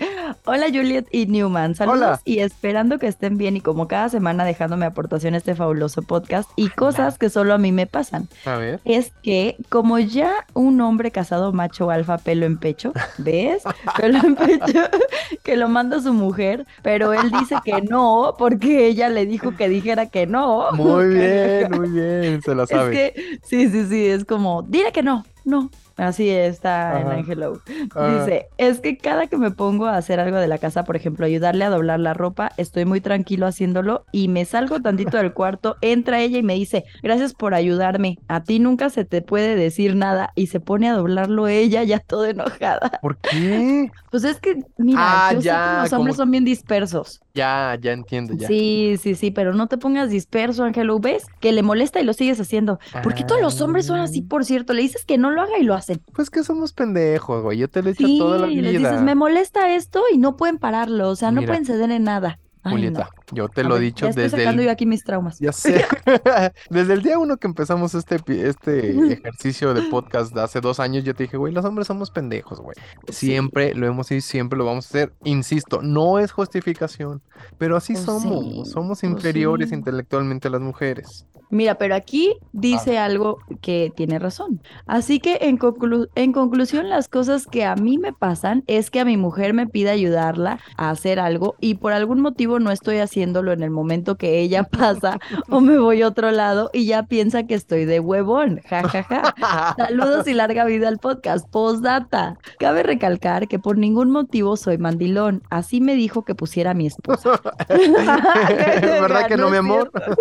hola Juliet y Newman, saludos Hola. y esperando que estén bien y como cada semana dejándome aportaciones de fabuloso podcast y cosas que solo a mí me pasan. A ver. Es que como ya un hombre casado macho alfa pelo en pecho, ¿ves? Pelo en pecho, que lo manda su mujer, pero él dice que no porque ella le dijo que dijera que no. Muy bien, muy bien. Se la Es sabe. que, sí, sí, sí, es como, dile que no, no. Así está en Ajá. Angelo. Ah, Dice, es que cada que me pongo a hacer algo de la casa, por ejemplo, ayudarle a doblar la ropa, estoy muy tranquilo haciéndolo y me salgo tantito del cuarto, entra ella y me dice, gracias por ayudarme, a ti nunca se te puede decir nada y se pone a doblarlo ella ya toda enojada. ¿Por qué? Pues es que, mira, Ah, yo sé que ya, los hombres como- son bien dispersos. Ya, ya entiendo, ya. Sí, sí, sí, pero no te pongas disperso, Ángelo, ¿ves? Que le molesta y lo sigues haciendo. Porque todos los hombres son así, Ah, por cierto, le dices que no lo haga y lo hacen. Pues que somos pendejos, güey. Yo te lo he hecho Sí, toda la y vida. les dices, me molesta esto y no pueden pararlo, o sea, no Mira, pueden ceder en nada. Ay, Julieta, no. yo te A lo he ver, dicho ya estoy desde sacando el yo aquí mis traumas. Ya sé. Desde el día uno que empezamos este, epi- este ejercicio de podcast de hace dos años, yo te dije, güey, los hombres somos pendejos, güey. Siempre lo hemos hecho y siempre lo vamos a hacer. Insisto, no es justificación, pero así Pues somos. sí, pues Somos inferiores sí. intelectualmente a las mujeres. Mira, pero aquí dice algo que tiene razón. Así que en, conclu- en conclusión, las cosas que a mí me pasan es que a mi mujer me pide ayudarla a hacer algo y por algún motivo no estoy haciéndolo en el momento que ella pasa o me voy a otro lado y ya piensa que estoy de huevón. Ja, ja, ja. Saludos y larga vida al podcast. Postdata. Cabe recalcar que por ningún motivo soy mandilón. Así me dijo que pusiera a mi esposa. ¿Verdad que no, mi es amor? cierto.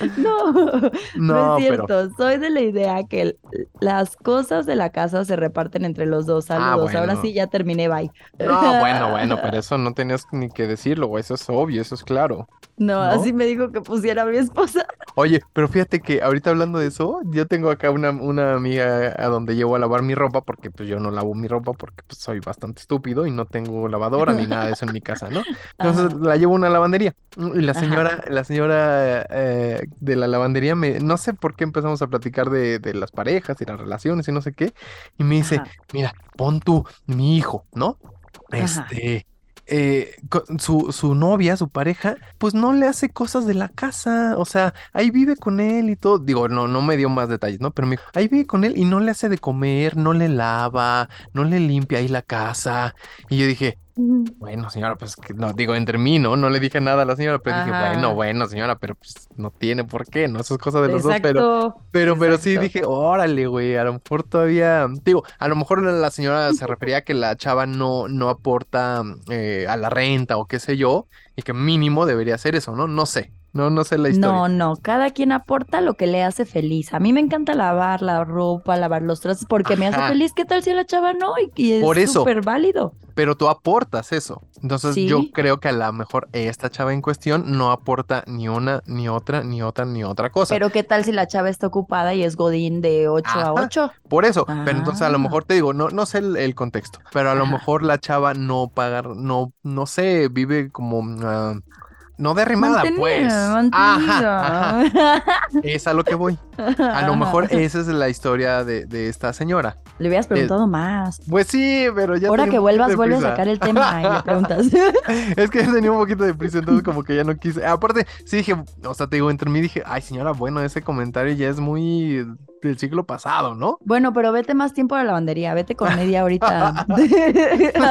No, no, No, es pero- cierto. Soy de la idea que l- las cosas de la casa se reparten entre los dos. Saludos. Ahora Ah, bueno. sí ya terminé, bye. No, bueno, bueno, pero eso no tenías ni que decirlo, güey. Eso es obvio, eso es claro. No, ¿No? así me dijo que pusiera a mi esposa. Oye, pero fíjate que ahorita hablando de eso, yo tengo acá una, una amiga a donde llevo a lavar mi ropa porque pues yo no lavo mi ropa porque pues, soy bastante estúpido y no tengo lavadora ni nada de eso en mi casa, ¿no? Entonces Ajá. la llevo a una lavandería mm, y la Ajá. señora, la señora eh, de la lavandería me, no sé por qué empezamos a platicar de, de las parejas y las relaciones y no sé qué y me dice, Ajá. mira, pon tú mi hijo, ¿no? Ajá. Este, eh, co- su, su novia, su pareja, pues no le hace cosas de la casa, o sea, ahí vive con él y todo. Digo, no, no me dio más detalles, ¿no? Pero me dijo, ahí vive con él y no le hace de comer, no le lava, no le limpia ahí la casa. Y yo dije, bueno, señora, pues que no, digo, entre mí, ¿no? No le dije nada a la señora, pero dije, Ajá. bueno, bueno, señora, pero pues no tiene por qué, ¿no? Eso es cosa de los dos, pero. Exacto. Pero, pero sí Exacto. dije, órale, güey, a lo mejor todavía, digo, a lo mejor la- la señora se refería a que la chava no, no aporta eh, a la renta o qué sé yo, y que mínimo debería hacer eso, ¿no? No sé, no, no sé la historia. No, no, cada quien aporta lo que le hace feliz. A mí me encanta lavar la ropa, lavar los trastes, porque me hace Ajá. feliz. ¿Qué tal si la chava no? Y, y es Por eso. súper válido. Pero tú aportas eso. Entonces yo Sí. creo que a lo mejor esta chava en cuestión no aporta ni una, ni otra, ni otra, ni otra cosa. Pero ¿qué tal si la chava está ocupada y es godín de 8 Ajá. a 8? Por eso, pero entonces a lo Ah. mejor te digo, no, no sé el, el contexto, pero a lo Ajá. mejor la chava no paga, no, no sé, vive como ah, no derrimada, pues. Ajá, ajá, es a lo que voy. A lo mejor esa es la historia de, de esta señora. Le hubieras preguntado más. Pues sí, pero Eh, ya Ahora tenía que un vuelvas, poquito de vuelve a prisa. sacar el tema y le preguntas. Es que tenía un poquito de prisa, entonces como que ya no quise. Aparte, sí dije, o sea, te digo, entre mí dije, ay señora, bueno, ese comentario ya es muy del siglo pasado, ¿no? Bueno, pero vete más tiempo a la lavandería, vete con media ahorita.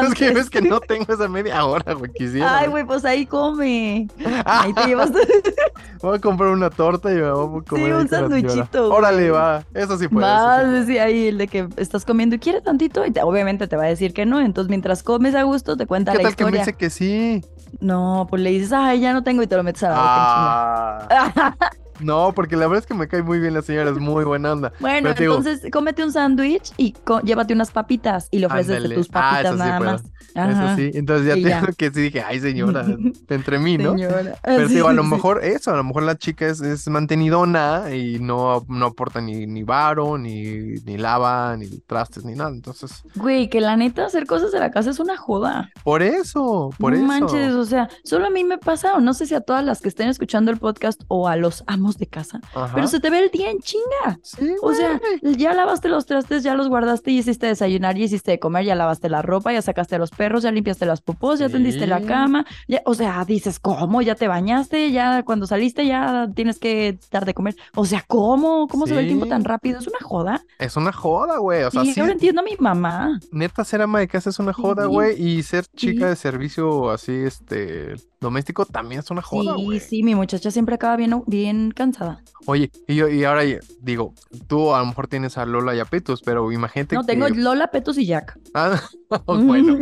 Es que ves que no tengo esa media hora, güey, quisiera. Ay, ¿no? güey, pues ahí come. Ah, Ahí te llevas. Voy a comprar una torta y me voy a Sí, comer. ahí un con la señora. sandwichito, güey. Órale, va. Eso sí puede. eso sí Más puede. decía ahí el de que estás comiendo y quiere tantito y te- obviamente te va a decir que no. Entonces mientras comes a gusto te cuenta ¿Qué la tal que me historia. dice que sí? No, pues le dices, ay, ya no tengo y te lo metes a la boca. Ah, en chinga. no, porque la verdad es que me cae muy bien la señora, es muy buena onda. bueno, pero te digo- entonces cómete un sándwich y co- llévate unas papitas y le ofreces de Ándale. tus Ah, papitas eso sí nada puedo. más. Ajá. Eso sí. Entonces ya Y te ya. digo que sí dije, ay señora, entre mí, ¿no? Señora. Pero te digo, a Sí, lo sí. mejor eso, a lo mejor la chica es, es mantenidona y no, no aporta ni, ni varo, ni, ni lava, ni trastes, ni nada. Entonces, Güey, que la neta hacer cosas de la casa es una joda. por eso, por no eso. manches, o sea, solo a mí me pasa, o no sé si a todas las que estén escuchando el podcast o a los amos de casa, Ajá. pero se te ve el día en chinga. Sí, O sea, güey. ya lavaste los trastes, ya los guardaste, ya hiciste desayunar, ya hiciste de comer, ya lavaste la ropa, ya sacaste a los perros, ya limpiaste las popós, ya tendiste la Sí. cama. ya- o sea, dices, ¿cómo? Ya te bañaste, ya cuando saliste ya tienes que dar de comer. O sea, ¿cómo? ¿Cómo se va el tiempo Sí. tan rápido? Es una joda. es una joda, güey. O sea, y sí, yo lo entiendo a mi mamá. Neta, ser ama de casa es una joda, Sí, güey. Y ser chica sí. de servicio así, este, doméstico también es una joda, sí, güey. sí, mi muchacha siempre acaba bien, bien cansada. Oye, y, yo, y ahora yo- digo, tú a lo mejor tienes a Lola y a Petus, pero imagínate No, tengo Este que... Lola, Petus y Jack. Ah, bueno.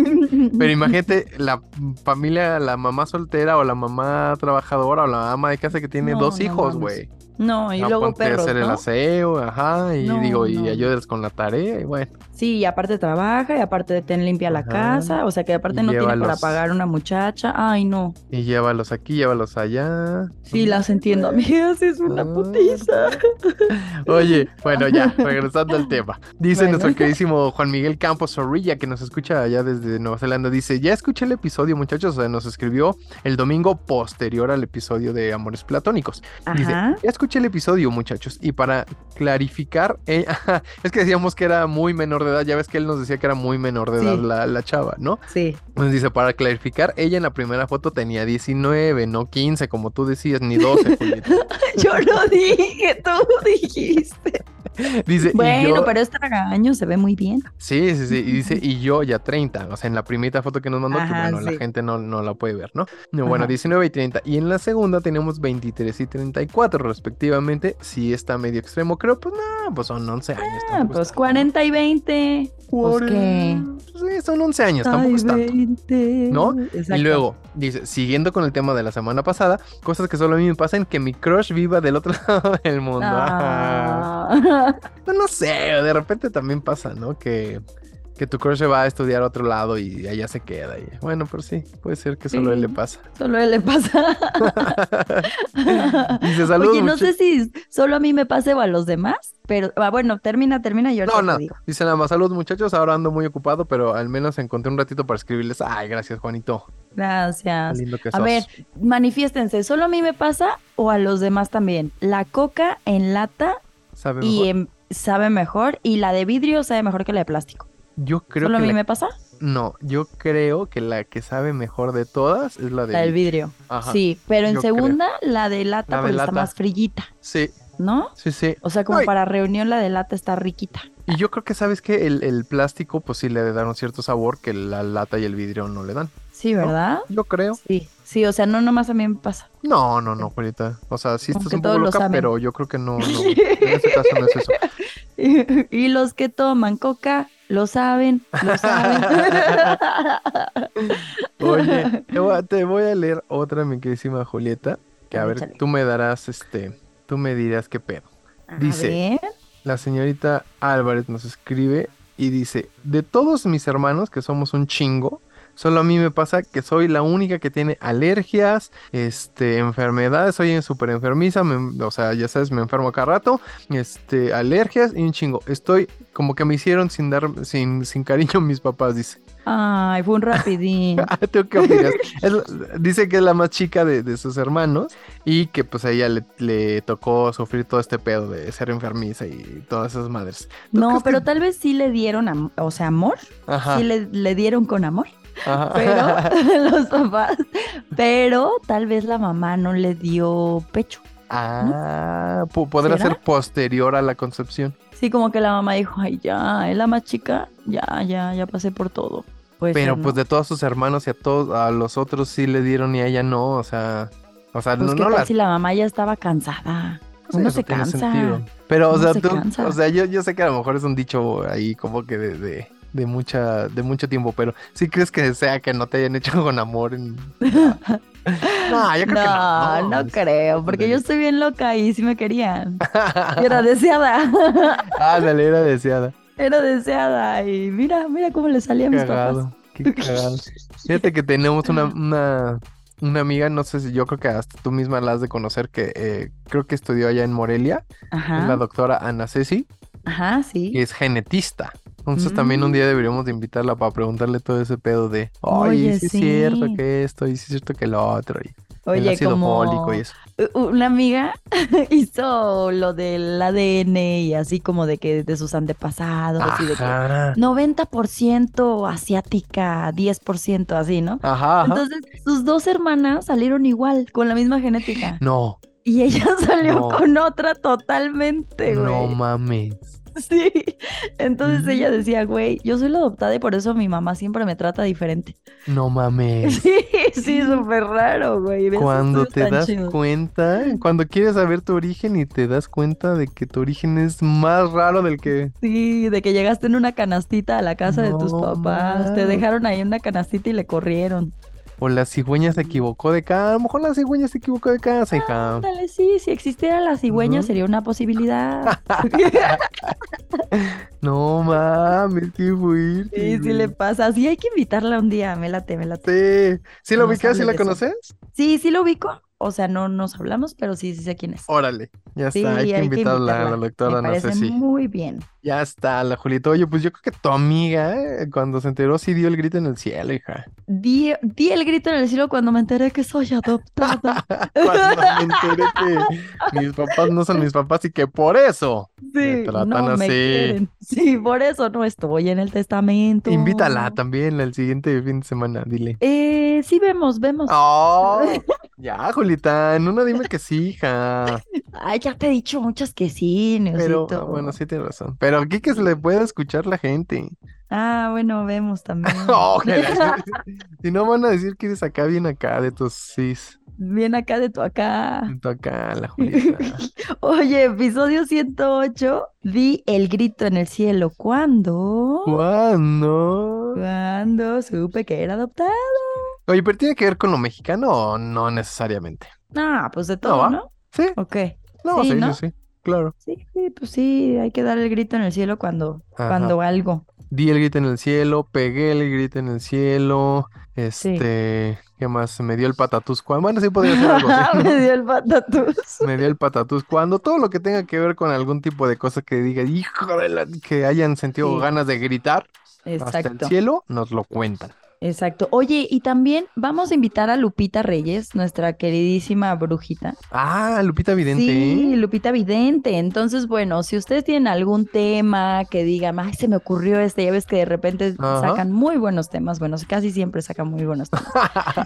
Pero imagínate la familia, la mamá soltera o la mamá trabajadora o la ama de casa que tiene No, dos no hijos, mames. güey. No, y Ah, luego ponte perros, a hacer el ¿no? aseo, ajá, y No, digo, y no. ayudas con la tarea, y bueno. Sí, y aparte trabaja, y aparte ten limpia la Ajá. casa, o sea que aparte Y no tiene para llévalos. pagar una muchacha. Ay, no. Y llévalos aquí, llévalos allá. Sí, las entiendo, Güey. amigas, es una Ah, putiza. Oye, bueno, ya, regresando al tema. Dice Bueno. nuestro queridísimo Juan Miguel Campos Zorrilla, que nos escucha allá desde Nueva Zelanda, dice, ya escuché el episodio, muchachos, o sea, nos escribió el domingo posterior al episodio de Amores Platónicos. Dice, Ajá. ya escuché el episodio, muchachos, y para clarificar, eh, es que decíamos que era muy menor de edad, ya ves que él nos decía que era muy menor de Sí. edad la, la chava, ¿no? Sí. Nos dice, para clarificar, ella en la primera foto tenía 19, no 15, como tú decías, ni 12, Julieta. Yo lo dije, tú dijiste. Dice, y Bueno, yo- pero este regaño se ve muy bien. Sí, sí, sí. Y dice, y yo ya 30. O sea, en la primera foto que nos mandó, que, Ajá, bueno, la sí. gente no, no la puede ver, ¿no? No, Bueno, Ajá. 19 y 30. Y en la segunda tenemos 23 y 34, respectivamente. Si está medio extremo, creo, pues no, pues son 11 años. Ah, tampoco pues está- 40 y 20. Por- Pues que... Sí, son 11 años, tampoco es tanto. ¿no? Y luego dice, siguiendo con el tema de la semana pasada, cosas que solo a mí me pasan, que mi crush viva del otro lado del mundo. Ah. No, pues no sé, de repente también pasa, ¿no? Que, que tu crush se va a estudiar a otro lado y allá se queda. y- bueno, pero sí, puede ser que solo a él le Sí. pasa. Solo a él le pasa. Dice, saludos. Oye, no mucha-". sé si solo a mí me pase o a los demás, pero ah, bueno, termina, termina y ahorita No, te no. digo. Dice nada más, saludos muchachos, ahora ando muy ocupado, pero al menos encontré un ratito para escribirles. Ay, gracias, Juanito. Qué Gracias. lindo que A sos. ver, manifiéstense, ¿solo a mí me pasa o a los demás también? La coca en lata Sabe y mejor. em- sabe mejor y la de vidrio sabe mejor que la de plástico. Yo creo ¿Solo a que mí la- me pasa? No, yo creo que la que sabe mejor de todas es la de La del Vic. vidrio. Ajá. Sí, pero en yo creo. segunda la de lata La de porque lata. está más frillita, Sí, ¿no? sí, sí. O sea, como No, y- para reunión la de lata está riquita. Y yo creo que sabes que el, el plástico, pues sí le dan un cierto sabor que la lata y el vidrio no le dan. Sí, ¿verdad? Yo creo. Sí, sí, o sea, no nomás a mí me pasa. No, no, no, Julieta. O sea, sí Como estás que un poco todos lo loca, saben. pero yo creo que no, no. En este caso no es eso. y los que toman coca lo saben, lo saben. Oye, te voy a, te voy a leer otra, mi queridísima Julieta. Que a Dale, ver, échale. tú me darás, este, tú me dirás qué pedo. A Dice, ver. La señorita Álvarez nos escribe y dice, de todos mis hermanos, que somos un chingo, solo a mí me pasa que soy la única que tiene alergias, este, enfermedades, soy súper enfermiza, me- o sea, ya sabes, me enfermo cada rato, este, alergias y un chingo. Estoy como que me hicieron sin dar, sin, sin cariño mis papás, dice. Ay, fue un rapidín. Ah, ¿Tú qué opinas? Es la- dice que es la más chica de, de sus hermanos y que pues a ella le, le tocó sufrir todo este pedo de ser enfermiza y todas esas madres. ¿Tú No, crees que- pero tal vez sí le dieron, am- o sea, amor. Ajá. Sí le, le dieron con amor, Ajá. pero los papás. Pero tal vez la mamá no le dio pecho. Ah, po- podrá ¿Será? ser posterior a la concepción. Sí, como que la mamá dijo, ay, ya, es la más chica, ya, ya, ya pasé por todo. Pues, Pero ¿no? pues de todos sus hermanos y a todos a los otros sí le dieron y a ella no, o sea, o sea, Pues, no, ¿qué no tal la si la mamá ya estaba cansada? pues, Uno eso se tiene cansa. sentido. Pero o Uno sea, se tú- cansa. o sea, yo yo sé que a lo mejor es un dicho ahí como que de, de de mucha de mucho tiempo, pero sí crees que sea que no te hayan hecho con amor en- No, yo creo que No, no. no, creo, porque yo Ándale. estoy bien loca y sí me querían. Y era deseada, Ándale, era Ah, deseada. era deseada. Y mira, mira cómo le salía a mis papás. Cagado, qué cagado. Fíjate que tenemos una, una, una amiga, no sé si yo creo que hasta tú misma la has de conocer, que eh, creo que estudió allá en Morelia, es la Ajá, doctora Ana Ceci, ajá, sí. que es genetista. Entonces también un Mm. día deberíamos de invitarla para preguntarle todo ese pedo de, oye, Oye, sí, es cierto sí. que esto, y sí es cierto que lo otro, y el Oye, ácido como fólico y eso. u- una amiga hizo lo del ADN y así como de que de sus antepasados y de que Ajá, 90% asiática, 10% así, ¿no? ajá, ajá. Entonces, sus dos hermanas salieron igual, con la misma genética. No, Y ella salió No. con otra totalmente, no güey. mames. sí. Entonces Mm. ella decía, güey, yo soy la adoptada y por eso mi mamá siempre me trata diferente. No mames. Sí, sí, súper raro, güey. Esos Cuando estudios te tan das chidos. cuenta, cuando quieres saber tu origen y te das cuenta de que tu origen es más raro del que... Sí, de que llegaste en una canastita a la casa de tus No papás. Te mames. dejaron ahí en una canastita y le corrieron. O la cigüeña se equivocó de casa, a lo mejor la cigüeña se equivocó de casa, hija. Ándale, sí, si existiera la cigüeña Ah. Ujú. sería una posibilidad. No mames, qué fuerte. sí, sí le güey. pasa. Sí, hay que invitarla un día, me late, me late. Sí, ¿Sí la Nos ubicas? ¿Sí la hable de eso. conoces? Sí, sí lo ubico. O sea, no nos hablamos, pero sí, sí sé quién es. Órale, ya Sí, está, hay que invitarla a la Me doctora, no parece sé si. muy bien. Ya está, la Julieta. Oye, pues yo creo que tu amiga, eh, cuando se enteró, sí dio el grito en el cielo, hija. Di, di el grito en el cielo cuando me enteré que soy adoptada. Cuando me enteré que mis papás no son mis papás y que por eso Sí, tratan no me así. quieren. Sí, por eso no estoy en el testamento. Invítala también al siguiente fin de semana, dile. Ah. Eh, sí, vemos, vemos. ¡Oh! Ya, Julitán, una dime que sí, hija. Ay, ya te he dicho muchas que sí, Pero, ah, Neusito. bueno, sí tienes razón. Pero aquí que se le pueda escuchar la gente. Ah, bueno, vemos también. Oh, que la- si no van a decir que eres acá, bien acá, de tus cis. Bien acá de tu acá. De tu acá, la Julieta. Oye, episodio 108, vi el grito en el cielo. ¿Cuándo? ¿Cuándo? Cuando supe que era adoptada. Oye, pero tiene que ver con lo mexicano o no necesariamente. Ah, pues de todo, ¿va? ¿no? Sí, Ok. no, Sí, sí, sí, ¿no? sí, Claro. Sí, sí, pues sí, hay que dar el grito en el cielo cuando, Ajá. cuando algo. Di el grito en el cielo, pegué el grito en el cielo. Este, ¿qué más? Me dio el patatús. cuando- Bueno, sí podría ser algo así, ¿no? Me dio el patatús. Me dio el patatús. Cuando todo lo que tenga que ver con algún tipo de cosa que diga, hijo de la- que hayan sentido Sí. ganas de gritar hasta el Exacto. cielo, nos lo cuentan. Exacto. Oye, y también vamos a invitar a Lupita Reyes, nuestra queridísima brujita. Ah, Lupita Vidente. Sí, Lupita Vidente. Entonces, bueno, si ustedes tienen algún tema que digan, ay, se me ocurrió este, ya ves que de repente Ajá. sacan muy buenos temas, bueno, casi siempre sacan muy buenos temas.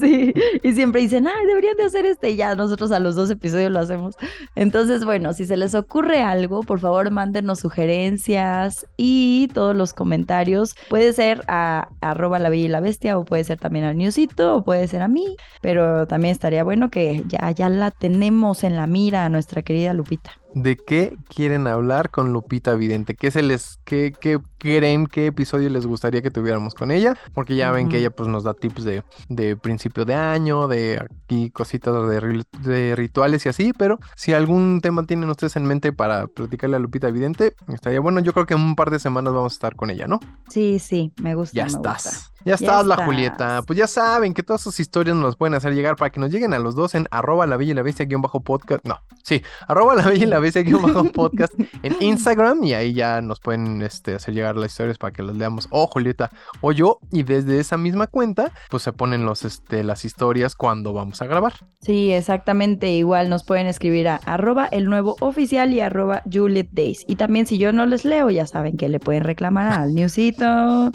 sí, y siempre dicen, ay, deberían de hacer este, y ya nosotros a los dos episodios lo hacemos. Entonces, bueno, si se les ocurre algo, por favor, mándenos sugerencias y todos los comentarios. Puede ser a arroba la bella y la bestia, o puede ser también al newsito, o puede ser a mí, pero también estaría bueno que ya, ya la tenemos en la mira a nuestra querida Lupita. ¿De qué quieren hablar con Lupita Vidente? ¿Qué se les, qué, qué creen, qué episodio les gustaría que tuviéramos con ella? Porque ya ven que Ujú. ella pues nos da tips de, de principio de año, de aquí cositas de, ri- de rituales y así, pero si algún tema tienen ustedes en mente para platicarle a Lupita Vidente, estaría bueno, yo creo que en un par de semanas vamos a estar con ella, ¿no? Sí, sí, me gusta. Ya me gusta. estás. Ya estás, la estás. Julieta. Pues ya saben que todas sus historias nos las pueden hacer llegar para que nos lleguen a los dos en arroba la bella y la bestia guión bajo podcast. No, sí, arroba la bella y la bestia guión bajo podcast en Instagram y ahí ya nos pueden este, hacer llegar las historias para que las leamos o Julieta o yo. Y desde esa misma cuenta, pues se ponen los, este, las historias cuando vamos a grabar. Sí, exactamente. Igual nos pueden escribir a arroba el nuevo oficial y arroba Juliet Days. Y también si yo no les leo, ya saben que le pueden reclamar al newsito.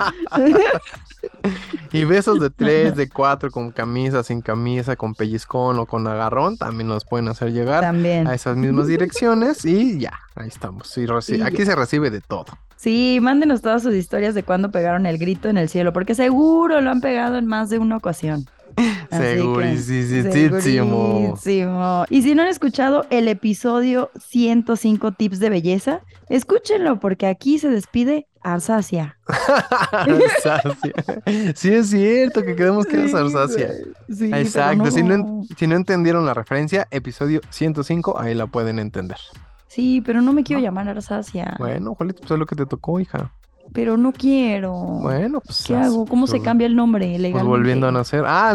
Y besos de tres, de cuatro, con camisa, sin camisa, con pellizcón o con agarrón, también nos pueden hacer llegar. también. a esas mismas direcciones y ya, ahí estamos. Y reci- Y aquí se recibe de todo. Sí, mándenos todas sus historias de cuando pegaron el grito en el cielo, porque seguro lo han pegado en más de una ocasión. Así que- Segurísimo. Segurísimo. Y si no han escuchado el episodio 105 tips de belleza, escúchenlo porque aquí se despide Arsacia. Alsacia. sí, es cierto que creemos que es Sí, Alsacia. güey. Sí, pero Exacto. Si, no en- no. si no entendieron la referencia, episodio 105, ahí la pueden entender. Sí, pero no me quiero llamar Arsacia. Bueno, Julieta, pues es lo que te tocó, hija. Pero no quiero. Bueno, pues. ¿Qué as- hago? ¿Cómo se pues- cambia el nombre legalmente? Pues volviendo a nacer. Ah,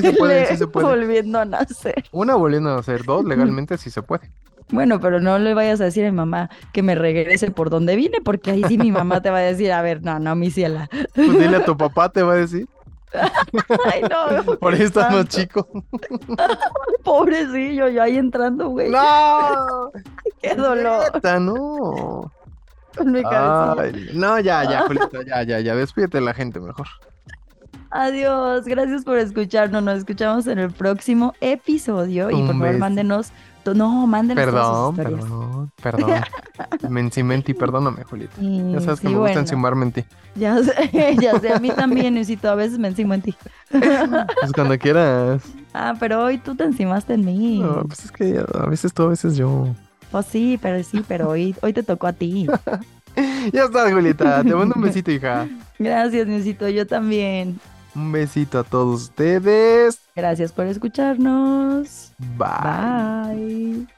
sí se puede, sí se puede. Volviendo a nacer. Una volviendo a nacer, dos legalmente sí se puede. Bueno, pero no le vayas a decir a mi mamá que me regrese por donde vine, porque ahí sí mi mamá te va a decir, a ver, no, no, mi ciela. Pues dile a tu papá, te va a decir. Ay, no. Por ahí estás más santo. chico. Pobrecillo, yo ahí entrando, güey. ¡No! Qué dolor Julieta, no. en mi cabecilla. Ay, no, ya, ya, Julieta, ya, ya, ya. Despídete de la gente mejor. Adiós, gracias por escucharnos. Nos escuchamos en el próximo episodio. Y Un por favor, beso. mándenos. to- No, mándenos todas Perdón, sus historias. perdón, perdón. Mencimenti, perdóname, Julieta. Y, Ya sabes que sí, me bueno, gusta encimar menti. Ya sé, ya sé, a mí también, Luisito, a veces me encimo en ti. Pues cuando quieras. Ah, pero hoy tú te encimaste en mí. No, pues es que a veces tú, a veces yo. Pues sí, pero sí, pero hoy, hoy te tocó a ti. Ya está, Julieta. Te mando un besito, hija. Gracias, Luisito, yo también. Un besito a todos ustedes. Gracias por escucharnos. Bye. Bye.